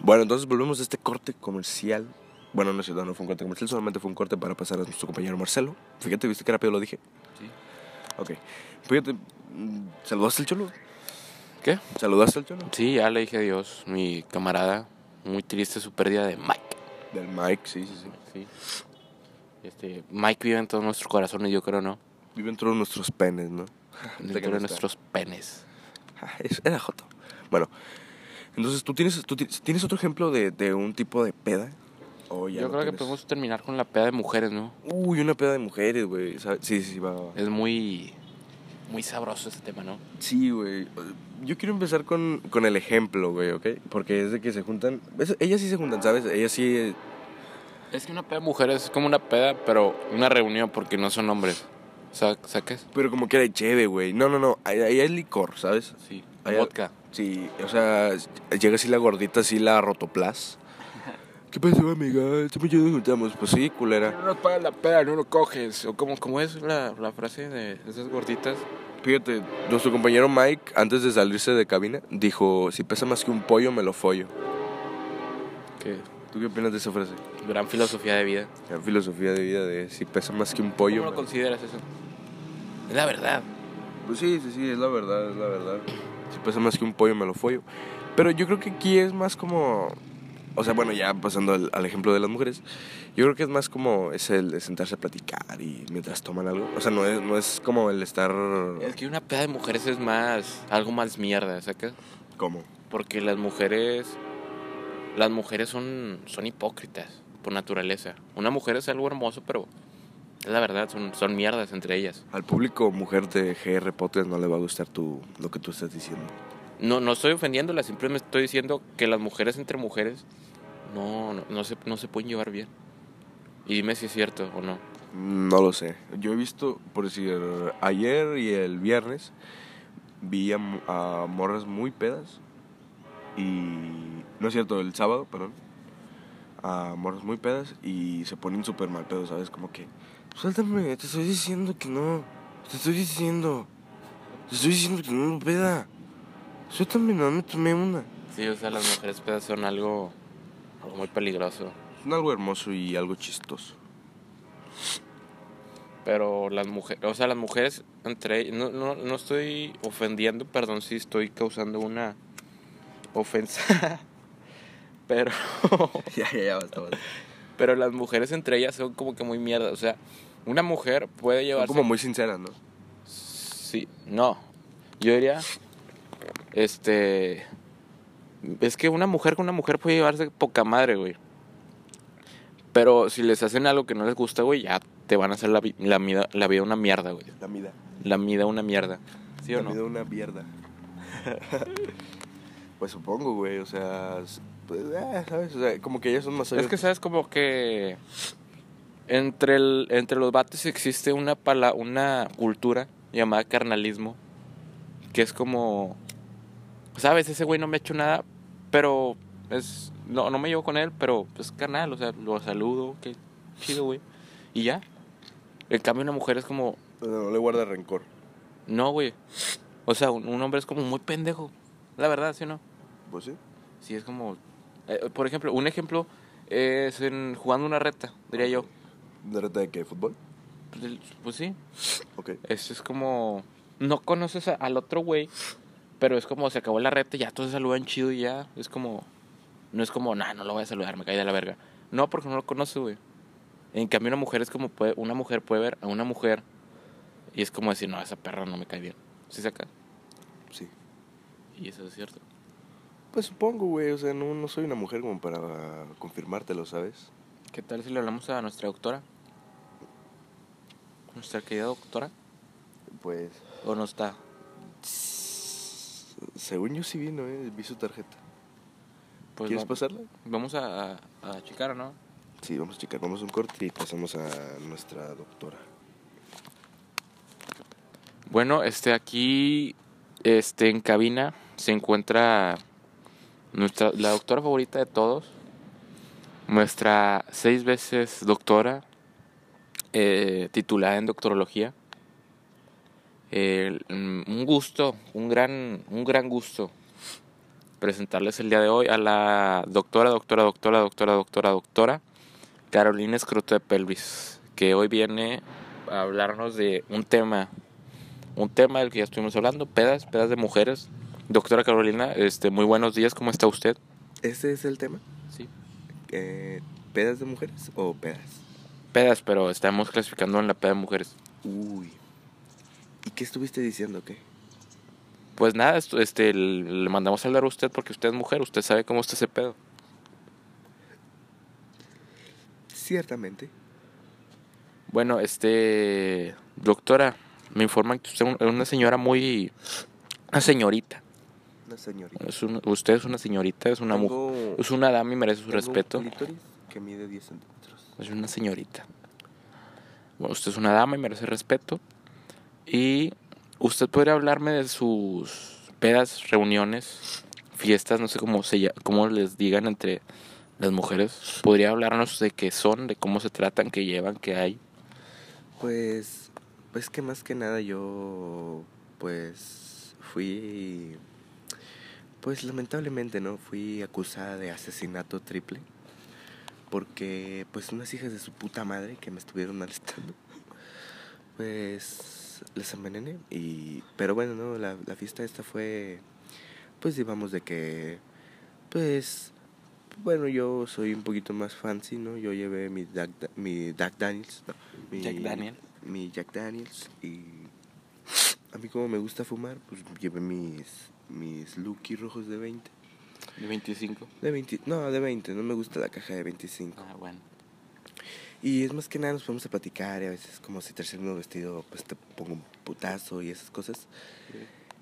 [SPEAKER 1] Bueno, entonces volvemos a este corte comercial. Bueno, no es cierto, no fue un corte comercial, solamente fue un corte para pasar a nuestro compañero Marcelo. Fíjate, ¿viste qué rápido lo dije?
[SPEAKER 2] Sí.
[SPEAKER 1] Ok. Fíjate, mm, ¿saludaste al cholo?
[SPEAKER 2] ¿Qué?
[SPEAKER 1] ¿Saludaste al cholo?
[SPEAKER 2] Sí, ya le dije adiós. Mi camarada, muy triste su pérdida de Mike.
[SPEAKER 1] Del Mike, sí, sí, sí.
[SPEAKER 2] Sí. Este, Mike vive en todos nuestros corazones, yo creo, ¿no?
[SPEAKER 1] Vive dentro de nuestros penes, ¿no?
[SPEAKER 2] Dentro de
[SPEAKER 1] no está.
[SPEAKER 2] nuestros penes.
[SPEAKER 1] Ah, es- Era Joto. Bueno, entonces, ¿tú tienes, tú ti- tienes otro ejemplo de, de un tipo de peda? O ya
[SPEAKER 2] yo
[SPEAKER 1] no
[SPEAKER 2] creo que
[SPEAKER 1] tienes?
[SPEAKER 2] podemos terminar con la peda de mujeres, ¿no?
[SPEAKER 1] Uy, una peda de mujeres, güey. ¿sabes? Sí, sí, va, va. va.
[SPEAKER 2] Es muy. Muy sabroso ese tema, ¿no?
[SPEAKER 1] Sí, güey. Yo quiero empezar con, con el ejemplo, güey, ¿ok? Porque es de que se juntan. es- ellas sí se juntan, ¿sabes? Ellas sí. eh,
[SPEAKER 2] Es que una peda de mujeres es como una peda, pero una reunión porque no son hombres. Sa- ¿Saques?
[SPEAKER 1] Pero como que era chévere, güey. No, no, no. Ahí ahí hay licor, ¿sabes?
[SPEAKER 2] Sí.
[SPEAKER 1] Allá-
[SPEAKER 2] Vodka.
[SPEAKER 1] Sí, o sea, llega así la gordita, así la rotoplas. ¿Qué pasó, amiga? Estamos ya nos juntamos. Pues sí, culera.
[SPEAKER 2] No pagas la peda, no lo coges. O como, como es la, la frase de esas gorditas.
[SPEAKER 1] Fíjate, nuestro compañero Mike, antes de salirse de cabina, dijo: Si pesa más que un pollo, me lo follo.
[SPEAKER 2] Que
[SPEAKER 1] ¿Tú qué opinas de esa frase?
[SPEAKER 2] gran filosofía de vida.
[SPEAKER 1] La filosofía de vida de si pesa más que un pollo.
[SPEAKER 2] ¿Cómo lo
[SPEAKER 1] me-
[SPEAKER 2] consideras eso? Es la verdad.
[SPEAKER 1] Pues sí, sí, sí, es la verdad, es la verdad. Si pesa más que un pollo, me lo follo. Pero yo creo que aquí es más como. O sea, bueno, ya pasando al, al ejemplo de las mujeres, yo creo que es más como es el de sentarse a platicar y mientras toman algo. O sea, no es, no es como el estar.
[SPEAKER 2] Es que una peda de mujeres es más. algo más mierda, ¿sacas?
[SPEAKER 1] ¿Cómo?
[SPEAKER 2] Porque las mujeres. las mujeres son, son hipócritas por naturaleza. Una mujer es algo hermoso, pero. es la verdad, son, son mierdas entre ellas.
[SPEAKER 1] Al público mujer de GR Podcast no le va a gustar tu, lo que tú estás diciendo.
[SPEAKER 2] No, no estoy ofendiéndola, simplemente estoy diciendo que las mujeres entre mujeres no, no, no se, no se pueden llevar bien. Y dime si es cierto o no.
[SPEAKER 1] No lo sé. Yo he visto, por decir, ayer y el viernes vi a, mu- a morras muy pedas y... No es cierto, el sábado, perdón. A morras muy pedas y se ponen súper mal pedos, ¿sabes? Como que... Suéltame, te estoy diciendo que no. Te estoy diciendo. Te estoy diciendo que no, peda. Suéltame, no me tomé una.
[SPEAKER 2] Sí, o sea, las mujeres pedas son algo, algo muy peligroso.
[SPEAKER 1] Es algo hermoso y algo chistoso.
[SPEAKER 2] Pero las mujeres, o sea, las mujeres entre ellas, no, no, no estoy ofendiendo, perdón si estoy causando una ofensa. Pero,
[SPEAKER 1] ya, ya, ya, basta, basta.
[SPEAKER 2] pero las mujeres entre ellas son como que muy mierda. O sea, una mujer puede
[SPEAKER 1] Son
[SPEAKER 2] llevarse
[SPEAKER 1] como muy sinceras, ¿no?
[SPEAKER 2] Sí, no. Yo diría, este, es que una mujer con una mujer puede llevarse poca madre, güey. Pero si les hacen algo que no les gusta, güey, ya te van a hacer la, vi- la, mida- la vida una mierda, güey.
[SPEAKER 1] La mida.
[SPEAKER 2] La vida una mierda. ¿Sí o
[SPEAKER 1] La vida
[SPEAKER 2] no?
[SPEAKER 1] una mierda. Pues supongo, güey, o sea, s- pues, eh, ¿sabes? O sea, como que ellos son más
[SPEAKER 2] Es que sabes como que entre el, entre los vatos existe una pala, una cultura llamada carnalismo que es como sabes, ese güey no me ha hecho nada, pero es no no me llevo con él, pero es carnal, o sea, lo saludo, qué chido, güey. Y ya. En cambio una mujer es como,
[SPEAKER 1] No le guarda rencor.
[SPEAKER 2] no, güey. O sea, un, un hombre es como muy pendejo. La verdad, ¿sí o no?
[SPEAKER 1] Pues sí.
[SPEAKER 2] Sí, es como. eh, por ejemplo, un ejemplo es en jugando una reta, diría yo.
[SPEAKER 1] ¿De reta de qué? ¿Fútbol?
[SPEAKER 2] Pues, el- pues sí,
[SPEAKER 1] Ok.
[SPEAKER 2] eso es como. No conoces a- al otro güey, pero es como se acabó la reta y ya todos se saludan chido y ya. Es como. No es como, nah, no lo voy a saludar, me caí de la verga. No, porque no lo conoces, güey. En cambio, una mujer es como. Puede, una mujer puede ver a una mujer y es como decir, no, esa perra no me cae bien. ¿Sí saca?
[SPEAKER 1] Sí.
[SPEAKER 2] Y eso es cierto.
[SPEAKER 1] Pues supongo, güey, o sea, no, no soy una mujer como para confirmártelo, ¿sabes?
[SPEAKER 2] ¿Qué tal si le hablamos a nuestra doctora? ¿Nuestra querida doctora?
[SPEAKER 1] Pues...
[SPEAKER 2] ¿O no está?
[SPEAKER 1] Según yo sí vino, ¿eh? Vi su tarjeta.
[SPEAKER 2] Pues
[SPEAKER 1] ¿Quieres
[SPEAKER 2] va-
[SPEAKER 1] pasarla?
[SPEAKER 2] vamos a, a, a checar, ¿no?
[SPEAKER 1] Sí, vamos a checar, vamos a un corte y pasamos a nuestra doctora.
[SPEAKER 2] Bueno, este aquí, este en cabina se encuentra nuestra la doctora favorita de todos, nuestra seis veces doctora, eh, titulada en doctorología. El- mm, un gusto, un gran, un gran gusto presentarles el día de hoy a la doctora, doctora, doctora, doctora, doctora, doctora Carolina Escroto de Pelvis, que hoy viene a hablarnos de un tema un tema del que ya estuvimos hablando, pedas, pedas de mujeres. Doctora Carolina, este, muy buenos días, ¿cómo está usted?
[SPEAKER 1] ¿Este es el tema?
[SPEAKER 2] Sí.
[SPEAKER 1] Eh, ¿Pedas de mujeres o pedas?
[SPEAKER 2] Pedas, pero estamos clasificando en la peda de mujeres.
[SPEAKER 1] Uy. ¿Y qué estuviste diciendo, qué?
[SPEAKER 2] Pues nada, esto- este, l- le mandamos a hablar a usted porque usted es mujer, usted sabe cómo está ese pedo.
[SPEAKER 1] Ciertamente.
[SPEAKER 2] Bueno, este, doctora, me informan que usted es un- una señora muy, una señorita.
[SPEAKER 1] Una señorita.
[SPEAKER 2] Es un- usted es una señorita, es una mujer, es una dama y merece su respeto.
[SPEAKER 1] que mide 10 centímetros.
[SPEAKER 2] Es Pues, una señorita. Bueno, usted es una dama y merece respeto. Y usted podría hablarme de sus pedas, reuniones, fiestas, no sé cómo, se, lla- cómo les digan entre las mujeres. Podría hablarnos de qué son, de cómo se tratan, qué llevan, qué hay.
[SPEAKER 1] Pues, pues que más que nada yo, pues, fui, pues lamentablemente, ¿no? Fui acusada de asesinato triple. Porque, pues, unas hijas de su puta madre que me estuvieron molestando, pues, les envenené. Y, pero bueno, ¿no? La, la fiesta esta fue, pues, digamos de que, pues, bueno, yo soy un poquito más fancy, ¿no? Yo llevé mi Jack, Da- mi Jack Daniels. no, mi-
[SPEAKER 2] Jack Daniel.
[SPEAKER 1] Mi Jack Daniels. Y a mí como me gusta fumar, pues llevé mis, mis Lucky rojos de 20.
[SPEAKER 2] 25.
[SPEAKER 1] De 20, no, de 20, no me gusta la caja de 25.
[SPEAKER 2] Ah, bueno.
[SPEAKER 1] Y es más que nada nos ponemos a platicar y a veces como si te termino vestido, pues te pongo un putazo y esas cosas.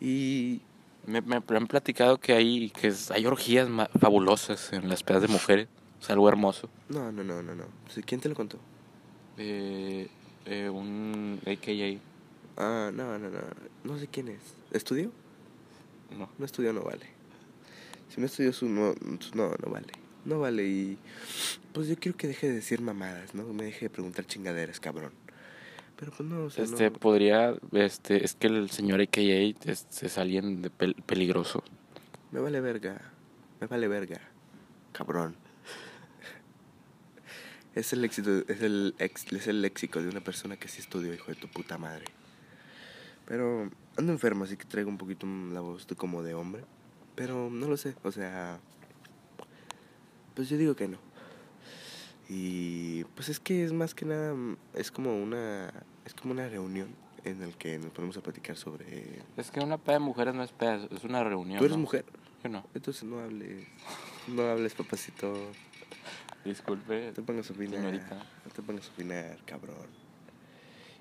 [SPEAKER 1] Y
[SPEAKER 2] Me, me han platicado que hay, que es- hay orgías ma- fabulosas en las pedas de mujeres. Es algo hermoso.
[SPEAKER 1] no, no, no, no, no. Sí, ¿Quién te lo contó?
[SPEAKER 2] Eh, un AKA.
[SPEAKER 1] Ah, no, no, no. No sé quién es. ¿Estudió?
[SPEAKER 2] No.
[SPEAKER 1] No estudió, no vale. Si no estudió su no, su no, no vale. No vale y pues yo quiero que deje de decir mamadas, ¿no? Me deje de preguntar chingaderas, cabrón. Pero pues no, o sea,
[SPEAKER 2] Este,
[SPEAKER 1] no.
[SPEAKER 2] podría, este, es que el señor AKA es, es alguien de pel- peligroso.
[SPEAKER 1] Me vale verga. Me vale verga. Cabrón. Es el éxito, es el ex- es el léxico de una persona que sí estudió, hijo de tu puta madre. Pero ando enfermo, así que traigo un poquito la voz de- como de hombre. Pero no lo sé, o sea. Pues yo digo que no. Y pues es que es más que nada, mm, es como una, es como una reunión en la que nos ponemos a platicar sobre...
[SPEAKER 2] Es que una peda de mujeres no es peda, es una reunión.
[SPEAKER 1] Tú eres
[SPEAKER 2] ¿no?
[SPEAKER 1] mujer,
[SPEAKER 2] Yo no.
[SPEAKER 1] entonces no hables. No hables, papacito. No
[SPEAKER 2] Disculpe.
[SPEAKER 1] te pongas a opinar.
[SPEAKER 2] Señorita.
[SPEAKER 1] No te pongas a opinar, cabrón.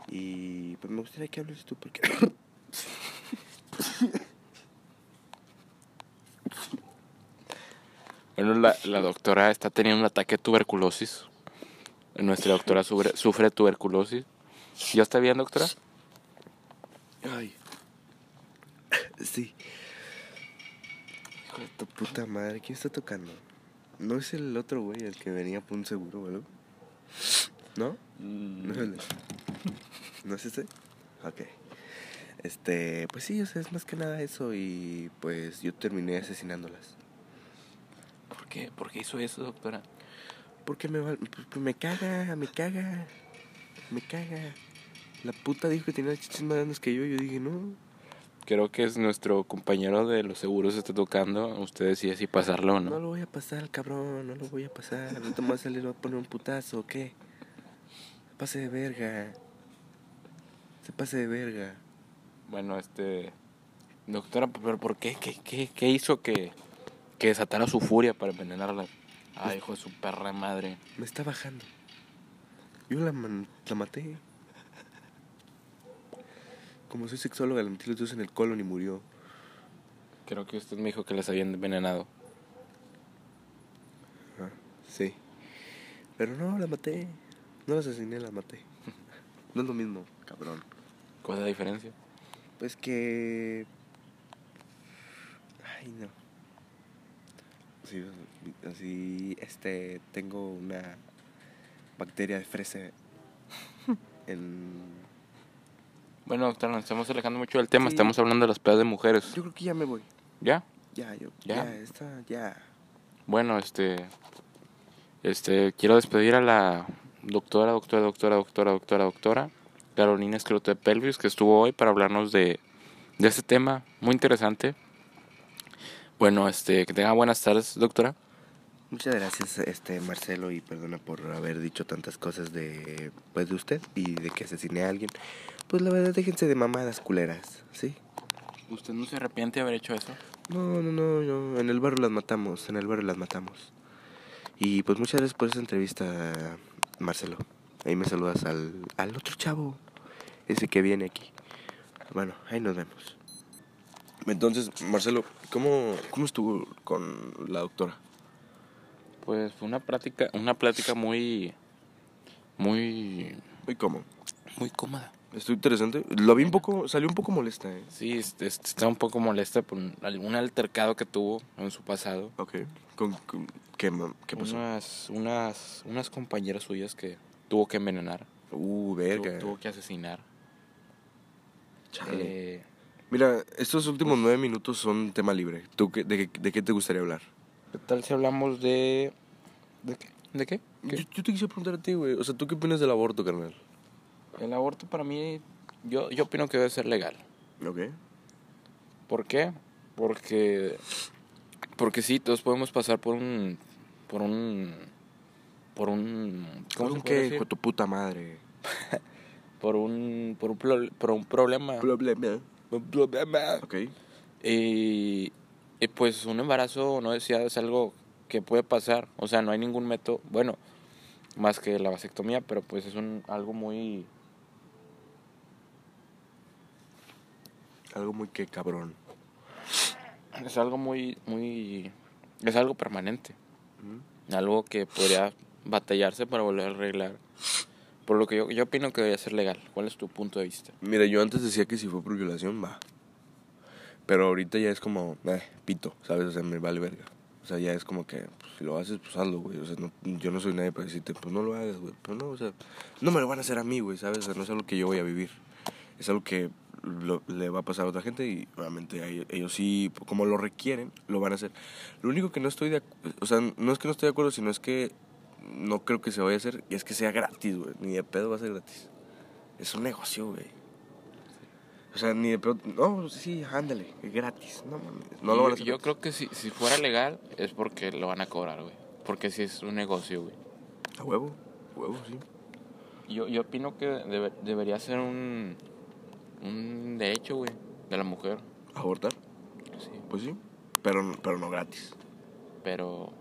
[SPEAKER 1] Y pues me gustaría que hables tú porque.
[SPEAKER 2] Bueno, la, la doctora está teniendo un ataque de tuberculosis. Nuestra doctora sufre, sufre tuberculosis. ¿Ya está bien, doctora?
[SPEAKER 1] Ay. Sí. Hijo de tu puta madre, ¿quién está tocando? ¿No es el otro güey el que venía por un seguro o algo? ¿No?
[SPEAKER 2] Mm.
[SPEAKER 1] No es el- ¿No es este? Ok. Este, pues sí, o sea, es más que nada eso y pues yo terminé asesinándolas.
[SPEAKER 2] ¿Por qué? ¿Por qué hizo eso, doctora?
[SPEAKER 1] Porque me, val- pues, pues, me caga, me caga, me caga. La puta dijo que tenía las chichis más grandes que yo. Yo dije, no.
[SPEAKER 2] Creo que es nuestro compañero de los seguros está tocando. Usted decide si pasarlo o
[SPEAKER 1] No
[SPEAKER 2] no.
[SPEAKER 1] lo voy a pasar, cabrón, no lo voy a pasar. Ahorita más se le va a poner un putazo, ¿o qué? Pase de verga. Se pase de verga.
[SPEAKER 2] Bueno, este. Doctora, ¿pero por qué? ¿Qué, qué, qué hizo que, que desatara su furia para envenenarla? Ay, hijo de su perra madre.
[SPEAKER 1] Me está bajando. Yo la, man- la maté. Como soy sexóloga, le metí los dos en el colon y murió.
[SPEAKER 2] Creo que usted me dijo que las habían envenenado.
[SPEAKER 1] Ah, sí. Pero no, la maté. No la asesiné, la maté. No es lo mismo, cabrón.
[SPEAKER 2] ¿Cuál es la diferencia?
[SPEAKER 1] Pues que. Ay, no. Sí, así, este, tengo una bacteria de fresa en...
[SPEAKER 2] Bueno, doctora, nos estamos alejando mucho del tema.
[SPEAKER 1] Sí.
[SPEAKER 2] Estamos hablando de las pedas de mujeres.
[SPEAKER 1] Yo creo que ya me voy.
[SPEAKER 2] ¿Ya?
[SPEAKER 1] Ya, yo,
[SPEAKER 2] ¿Ya?
[SPEAKER 1] ya, está, ya.
[SPEAKER 2] Bueno, este. Este, quiero despedir a la doctora, doctora, doctora, doctora, doctora, doctora, Carolina Escroto de Pelvis, que estuvo hoy para hablarnos de, de este tema muy interesante. Bueno, este, que tenga buenas tardes, doctora.
[SPEAKER 1] Muchas gracias, este, Marcelo, y perdona por haber dicho tantas cosas de, pues, de usted y de que asesiné a alguien. Pues la verdad, déjense de mamadas culeras, ¿sí?
[SPEAKER 2] ¿Usted no se arrepiente de haber hecho eso?
[SPEAKER 1] No, no, no, no, en el barrio las matamos, en el barrio las matamos. Y pues muchas gracias por esa entrevista, Marcelo. Ahí me saludas al, al otro chavo, ese que viene aquí. Bueno, ahí nos vemos. Entonces, Marcelo, ¿cómo, cómo estuvo con la doctora?
[SPEAKER 2] Pues fue una práctica, una plática muy, muy,
[SPEAKER 1] ¿Y cómo?
[SPEAKER 2] muy cómoda.
[SPEAKER 1] Estuvo interesante. Lo vi un poco, salió un poco molesta, ¿eh?
[SPEAKER 2] Sí, es- es- está un poco molesta por un- algún altercado que tuvo en su pasado.
[SPEAKER 1] Ok. ¿Con, con- qué, ma- qué pasó?
[SPEAKER 2] pues, Unas, unas, unas compañeras suyas que tuvo que envenenar,
[SPEAKER 1] Uh,
[SPEAKER 2] tuvo,
[SPEAKER 1] verga.
[SPEAKER 2] tuvo que asesinar.
[SPEAKER 1] Chale.
[SPEAKER 2] Eh,
[SPEAKER 1] Mira, estos últimos nueve minutos son tema libre. ¿Tú qué- de, qué- de qué te gustaría hablar?
[SPEAKER 2] ¿Qué tal si hablamos de... ¿De qué? ¿De qué?
[SPEAKER 1] Yo,
[SPEAKER 2] ¿Qué?
[SPEAKER 1] yo te quise preguntar a ti, güey. O sea, ¿tú qué opinas del aborto, carnal?
[SPEAKER 2] El aborto para mí, yo, yo opino que debe ser legal.
[SPEAKER 1] Ok.
[SPEAKER 2] ¿Por qué? Porque, porque sí, todos podemos pasar por un... Por un... Por un... ¿Cómo se
[SPEAKER 1] ¿Con
[SPEAKER 2] puede
[SPEAKER 1] qué,
[SPEAKER 2] decir?
[SPEAKER 1] hijo de tu puta madre?
[SPEAKER 2] Por un... Por un, pro- por un problema.
[SPEAKER 1] Problema.
[SPEAKER 2] Problema.
[SPEAKER 1] Ok.
[SPEAKER 2] Y, y, pues un embarazo no deseado es algo que puede pasar. O sea, no hay ningún método, bueno, más que la vasectomía, pero pues es un, algo muy...
[SPEAKER 1] Algo muy que cabrón.
[SPEAKER 2] Es algo muy, muy... Es algo permanente.
[SPEAKER 1] ¿Mm?
[SPEAKER 2] Algo que podría batallarse para volver a arreglar. Por lo que yo, yo opino que debería ser legal. ¿Cuál es tu punto de vista?
[SPEAKER 1] Mira, yo antes decía que si fue por violación, va. Pero ahorita ya es como, eh, pito, ¿sabes? O sea, me vale verga. O sea, ya es como que, pues, si lo haces, pues hazlo, güey. O sea, no- yo no soy nadie para decirte, pues no lo hagas, güey. Pues no, o sea, no me lo van a hacer a mí, güey, ¿sabes? O sea, no es algo que yo voy a vivir. Es algo que lo- le va a pasar a otra gente y obviamente a ellos, ellos sí, como lo requieren, lo van a hacer. Lo único que no estoy de acuerdo, o sea, no es que no estoy de acuerdo, sino es que no creo que se vaya a hacer y es que sea gratis, güey. Ni de pedo va a ser gratis. Es un negocio, güey. O sea, ni de pedo. No, sí, ándale, gratis. No mames. No lo van a
[SPEAKER 2] yo,
[SPEAKER 1] hacer.
[SPEAKER 2] yo
[SPEAKER 1] gratis.
[SPEAKER 2] creo que si, si fuera legal es porque lo van a cobrar, güey. Porque si es un negocio, güey.
[SPEAKER 1] A huevo, a huevo, sí.
[SPEAKER 2] Yo, yo opino que debe- debería ser un, un derecho, güey, de la mujer.
[SPEAKER 1] Abortar,
[SPEAKER 2] Sí.
[SPEAKER 1] pues sí. Pero, pero no gratis.
[SPEAKER 2] Pero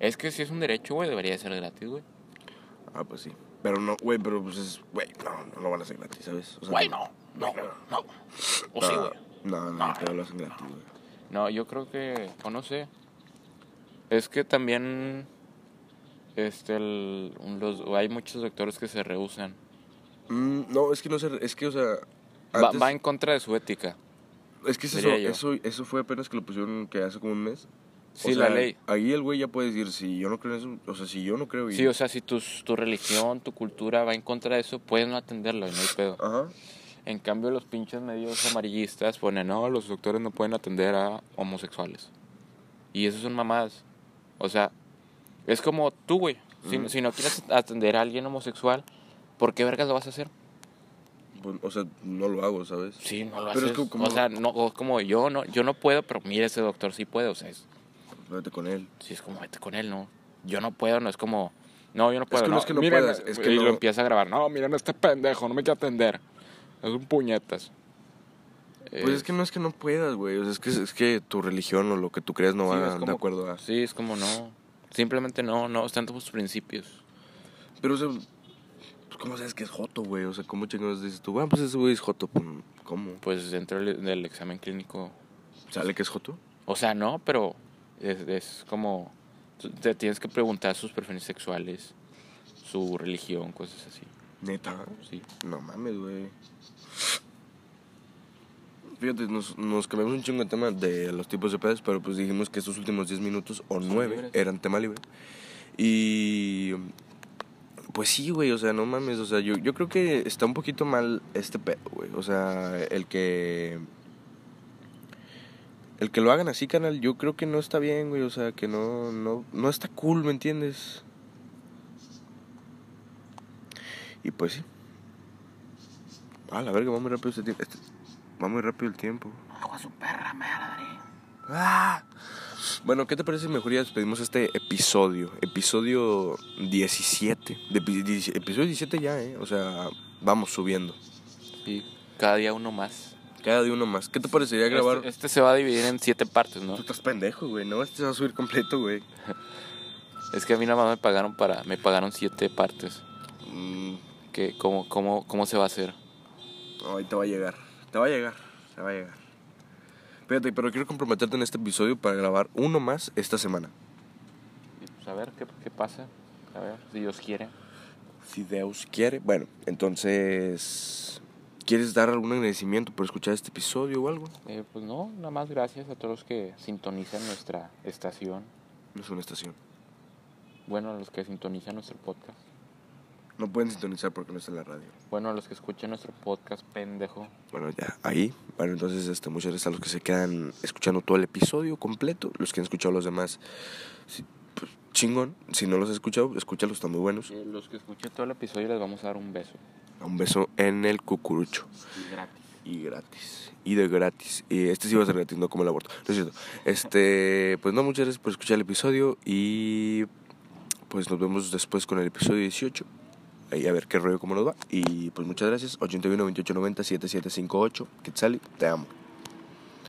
[SPEAKER 2] es que si es un derecho, güey, debería ser gratis, güey.
[SPEAKER 1] Ah, pues sí. Pero no, güey, pero pues es. Güey, no, no lo van a hacer gratis, ¿sabes? O sea,
[SPEAKER 2] Güey, no, no, no. O sí, güey. Ah.
[SPEAKER 1] No, no, no, pero lo hacen gratis, güey.
[SPEAKER 2] No, yo creo que, o no sé. Es que también este el- los, hay muchos doctores que se rehusan.
[SPEAKER 1] Mm, no, es que no sé, es que, o sea...
[SPEAKER 2] Va,
[SPEAKER 1] antes-
[SPEAKER 2] va en contra de su ética.
[SPEAKER 1] es que es eso,
[SPEAKER 2] diría yo.
[SPEAKER 1] eso, eso fue apenas que lo pusieron que hace como un mes. O
[SPEAKER 2] Sí,
[SPEAKER 1] sea,
[SPEAKER 2] la ley.
[SPEAKER 1] Ahí el güey ya puede decir, si yo no creo en eso, o sea, si yo no creo... y-
[SPEAKER 2] Sí, o sea, si tus, tu religión, tu cultura va en contra de eso, puedes no atenderlo y no hay pedo.
[SPEAKER 1] Ajá.
[SPEAKER 2] En cambio, los pinches medios amarillistas ponen, no, los doctores no pueden atender a homosexuales. Y eso son mamadas. O sea, es como tú, güey. Si,
[SPEAKER 1] Mm.
[SPEAKER 2] si no quieres atender a alguien homosexual, ¿por qué vergas lo vas a hacer?
[SPEAKER 1] Pues, o sea, no lo hago, ¿sabes?
[SPEAKER 2] Sí, no lo
[SPEAKER 1] Pero es
[SPEAKER 2] haces.
[SPEAKER 1] que como-
[SPEAKER 2] O sea, no, o es como yo no, yo no puedo, pero mira, ese doctor sí puede. O sea, es,
[SPEAKER 1] Vete con él.
[SPEAKER 2] sí es como, vete con él, ¿no? Yo no puedo, no es como, no, yo no puedo.
[SPEAKER 1] que no es que no
[SPEAKER 2] miren,
[SPEAKER 1] puedas, es que
[SPEAKER 2] y
[SPEAKER 1] no-
[SPEAKER 2] lo empieza a grabar, no, miren, este pendejo, no me quiere atender. Es un puñetas.
[SPEAKER 1] Pues es que no es que no puedas, güey. O sea, es que, es que tu religión o lo que tú creas no
[SPEAKER 2] Sí,
[SPEAKER 1] va
[SPEAKER 2] es
[SPEAKER 1] de
[SPEAKER 2] como-
[SPEAKER 1] acuerdo a...
[SPEAKER 2] Sí, es como no. Simplemente no, no, están tus principios.
[SPEAKER 1] Pero, o sea, pues, ¿cómo sabes que es joto, güey? O sea, ¿cómo chingados dices tú? Bueno, pues ese güey es joto. pues, ¿Cómo?
[SPEAKER 2] Pues dentro del, del examen clínico.
[SPEAKER 1] ¿Sale que es joto?
[SPEAKER 2] O sea, no, pero es, es como. tú- Te tienes que preguntar sus preferencias sexuales, su religión, cosas así.
[SPEAKER 1] Neta.
[SPEAKER 2] Sí.
[SPEAKER 1] No mames, güey. Fíjate, nos, nos cambiamos un chingo de tema de los tipos de pedas, pero pues dijimos que estos últimos 10 minutos o 9
[SPEAKER 2] libres.
[SPEAKER 1] eran tema libre. Y. Pues sí, güey, o sea, no mames, o sea, yo, yo creo que está un poquito mal este pedo, güey. O sea, el que. El que lo hagan así, canal, yo creo que no está bien, güey, o sea, que no, no, no está cool, ¿me entiendes? Y pues sí. A la verga, va muy rápido este tiempo. va muy rápido el tiempo. ¡Ah! Bueno, ¿qué te parece si mejor ya despedimos este episodio? Episodio 17. De, epi- dieci- episodio 17 ya, ¿eh? O sea, vamos subiendo.
[SPEAKER 2] Sí. Cada día uno más.
[SPEAKER 1] Cada día uno más. ¿Qué te parecería grabar?
[SPEAKER 2] Este, este se va a dividir en siete partes, ¿no?
[SPEAKER 1] Tú estás pendejo, güey. No, este se va a subir completo, güey.
[SPEAKER 2] Es que a mí nada más me pagaron para. Me pagaron siete partes.
[SPEAKER 1] Mm,
[SPEAKER 2] Que, ¿cómo, cómo, ¿Cómo se va a hacer?
[SPEAKER 1] no, ahí te va a llegar. Te va a llegar. Te va a llegar. Fíjate, pero quiero comprometerte en este episodio para grabar uno más esta semana.
[SPEAKER 2] Pues a ver qué, qué pasa. A ver, si Dios quiere.
[SPEAKER 1] Si Deus quiere. Bueno, entonces. ¿Quieres dar algún agradecimiento por escuchar este episodio o algo?
[SPEAKER 2] Eh, pues no, nada más gracias a todos los que sintonizan nuestra estación.
[SPEAKER 1] No es una estación.
[SPEAKER 2] Bueno, a los que sintonizan nuestro podcast.
[SPEAKER 1] No pueden sintonizar porque no está en la radio.
[SPEAKER 2] Bueno, a los que escuchan nuestro podcast, pendejo.
[SPEAKER 1] Bueno, ya, ahí. Bueno, entonces, este, muchas gracias a los que se quedan escuchando todo el episodio completo. Los que han escuchado los demás, sí, pues, chingón. Si no los has escuchado, escúchalos, están muy buenos.
[SPEAKER 2] Eh, los que escuchen todo el episodio les vamos a dar un beso.
[SPEAKER 1] Un beso en el cucurucho.
[SPEAKER 2] Y gratis.
[SPEAKER 1] Y gratis. Y de gratis. Y este sí va a ser gratis, no como el aborto. No es cierto. Este, pues no, muchas gracias por escuchar el episodio. Y pues nos vemos después con el episodio 18. Ahí a ver qué rollo, cómo nos va. Y pues muchas gracias. 81 28 90 7758. Quetzali, te amo.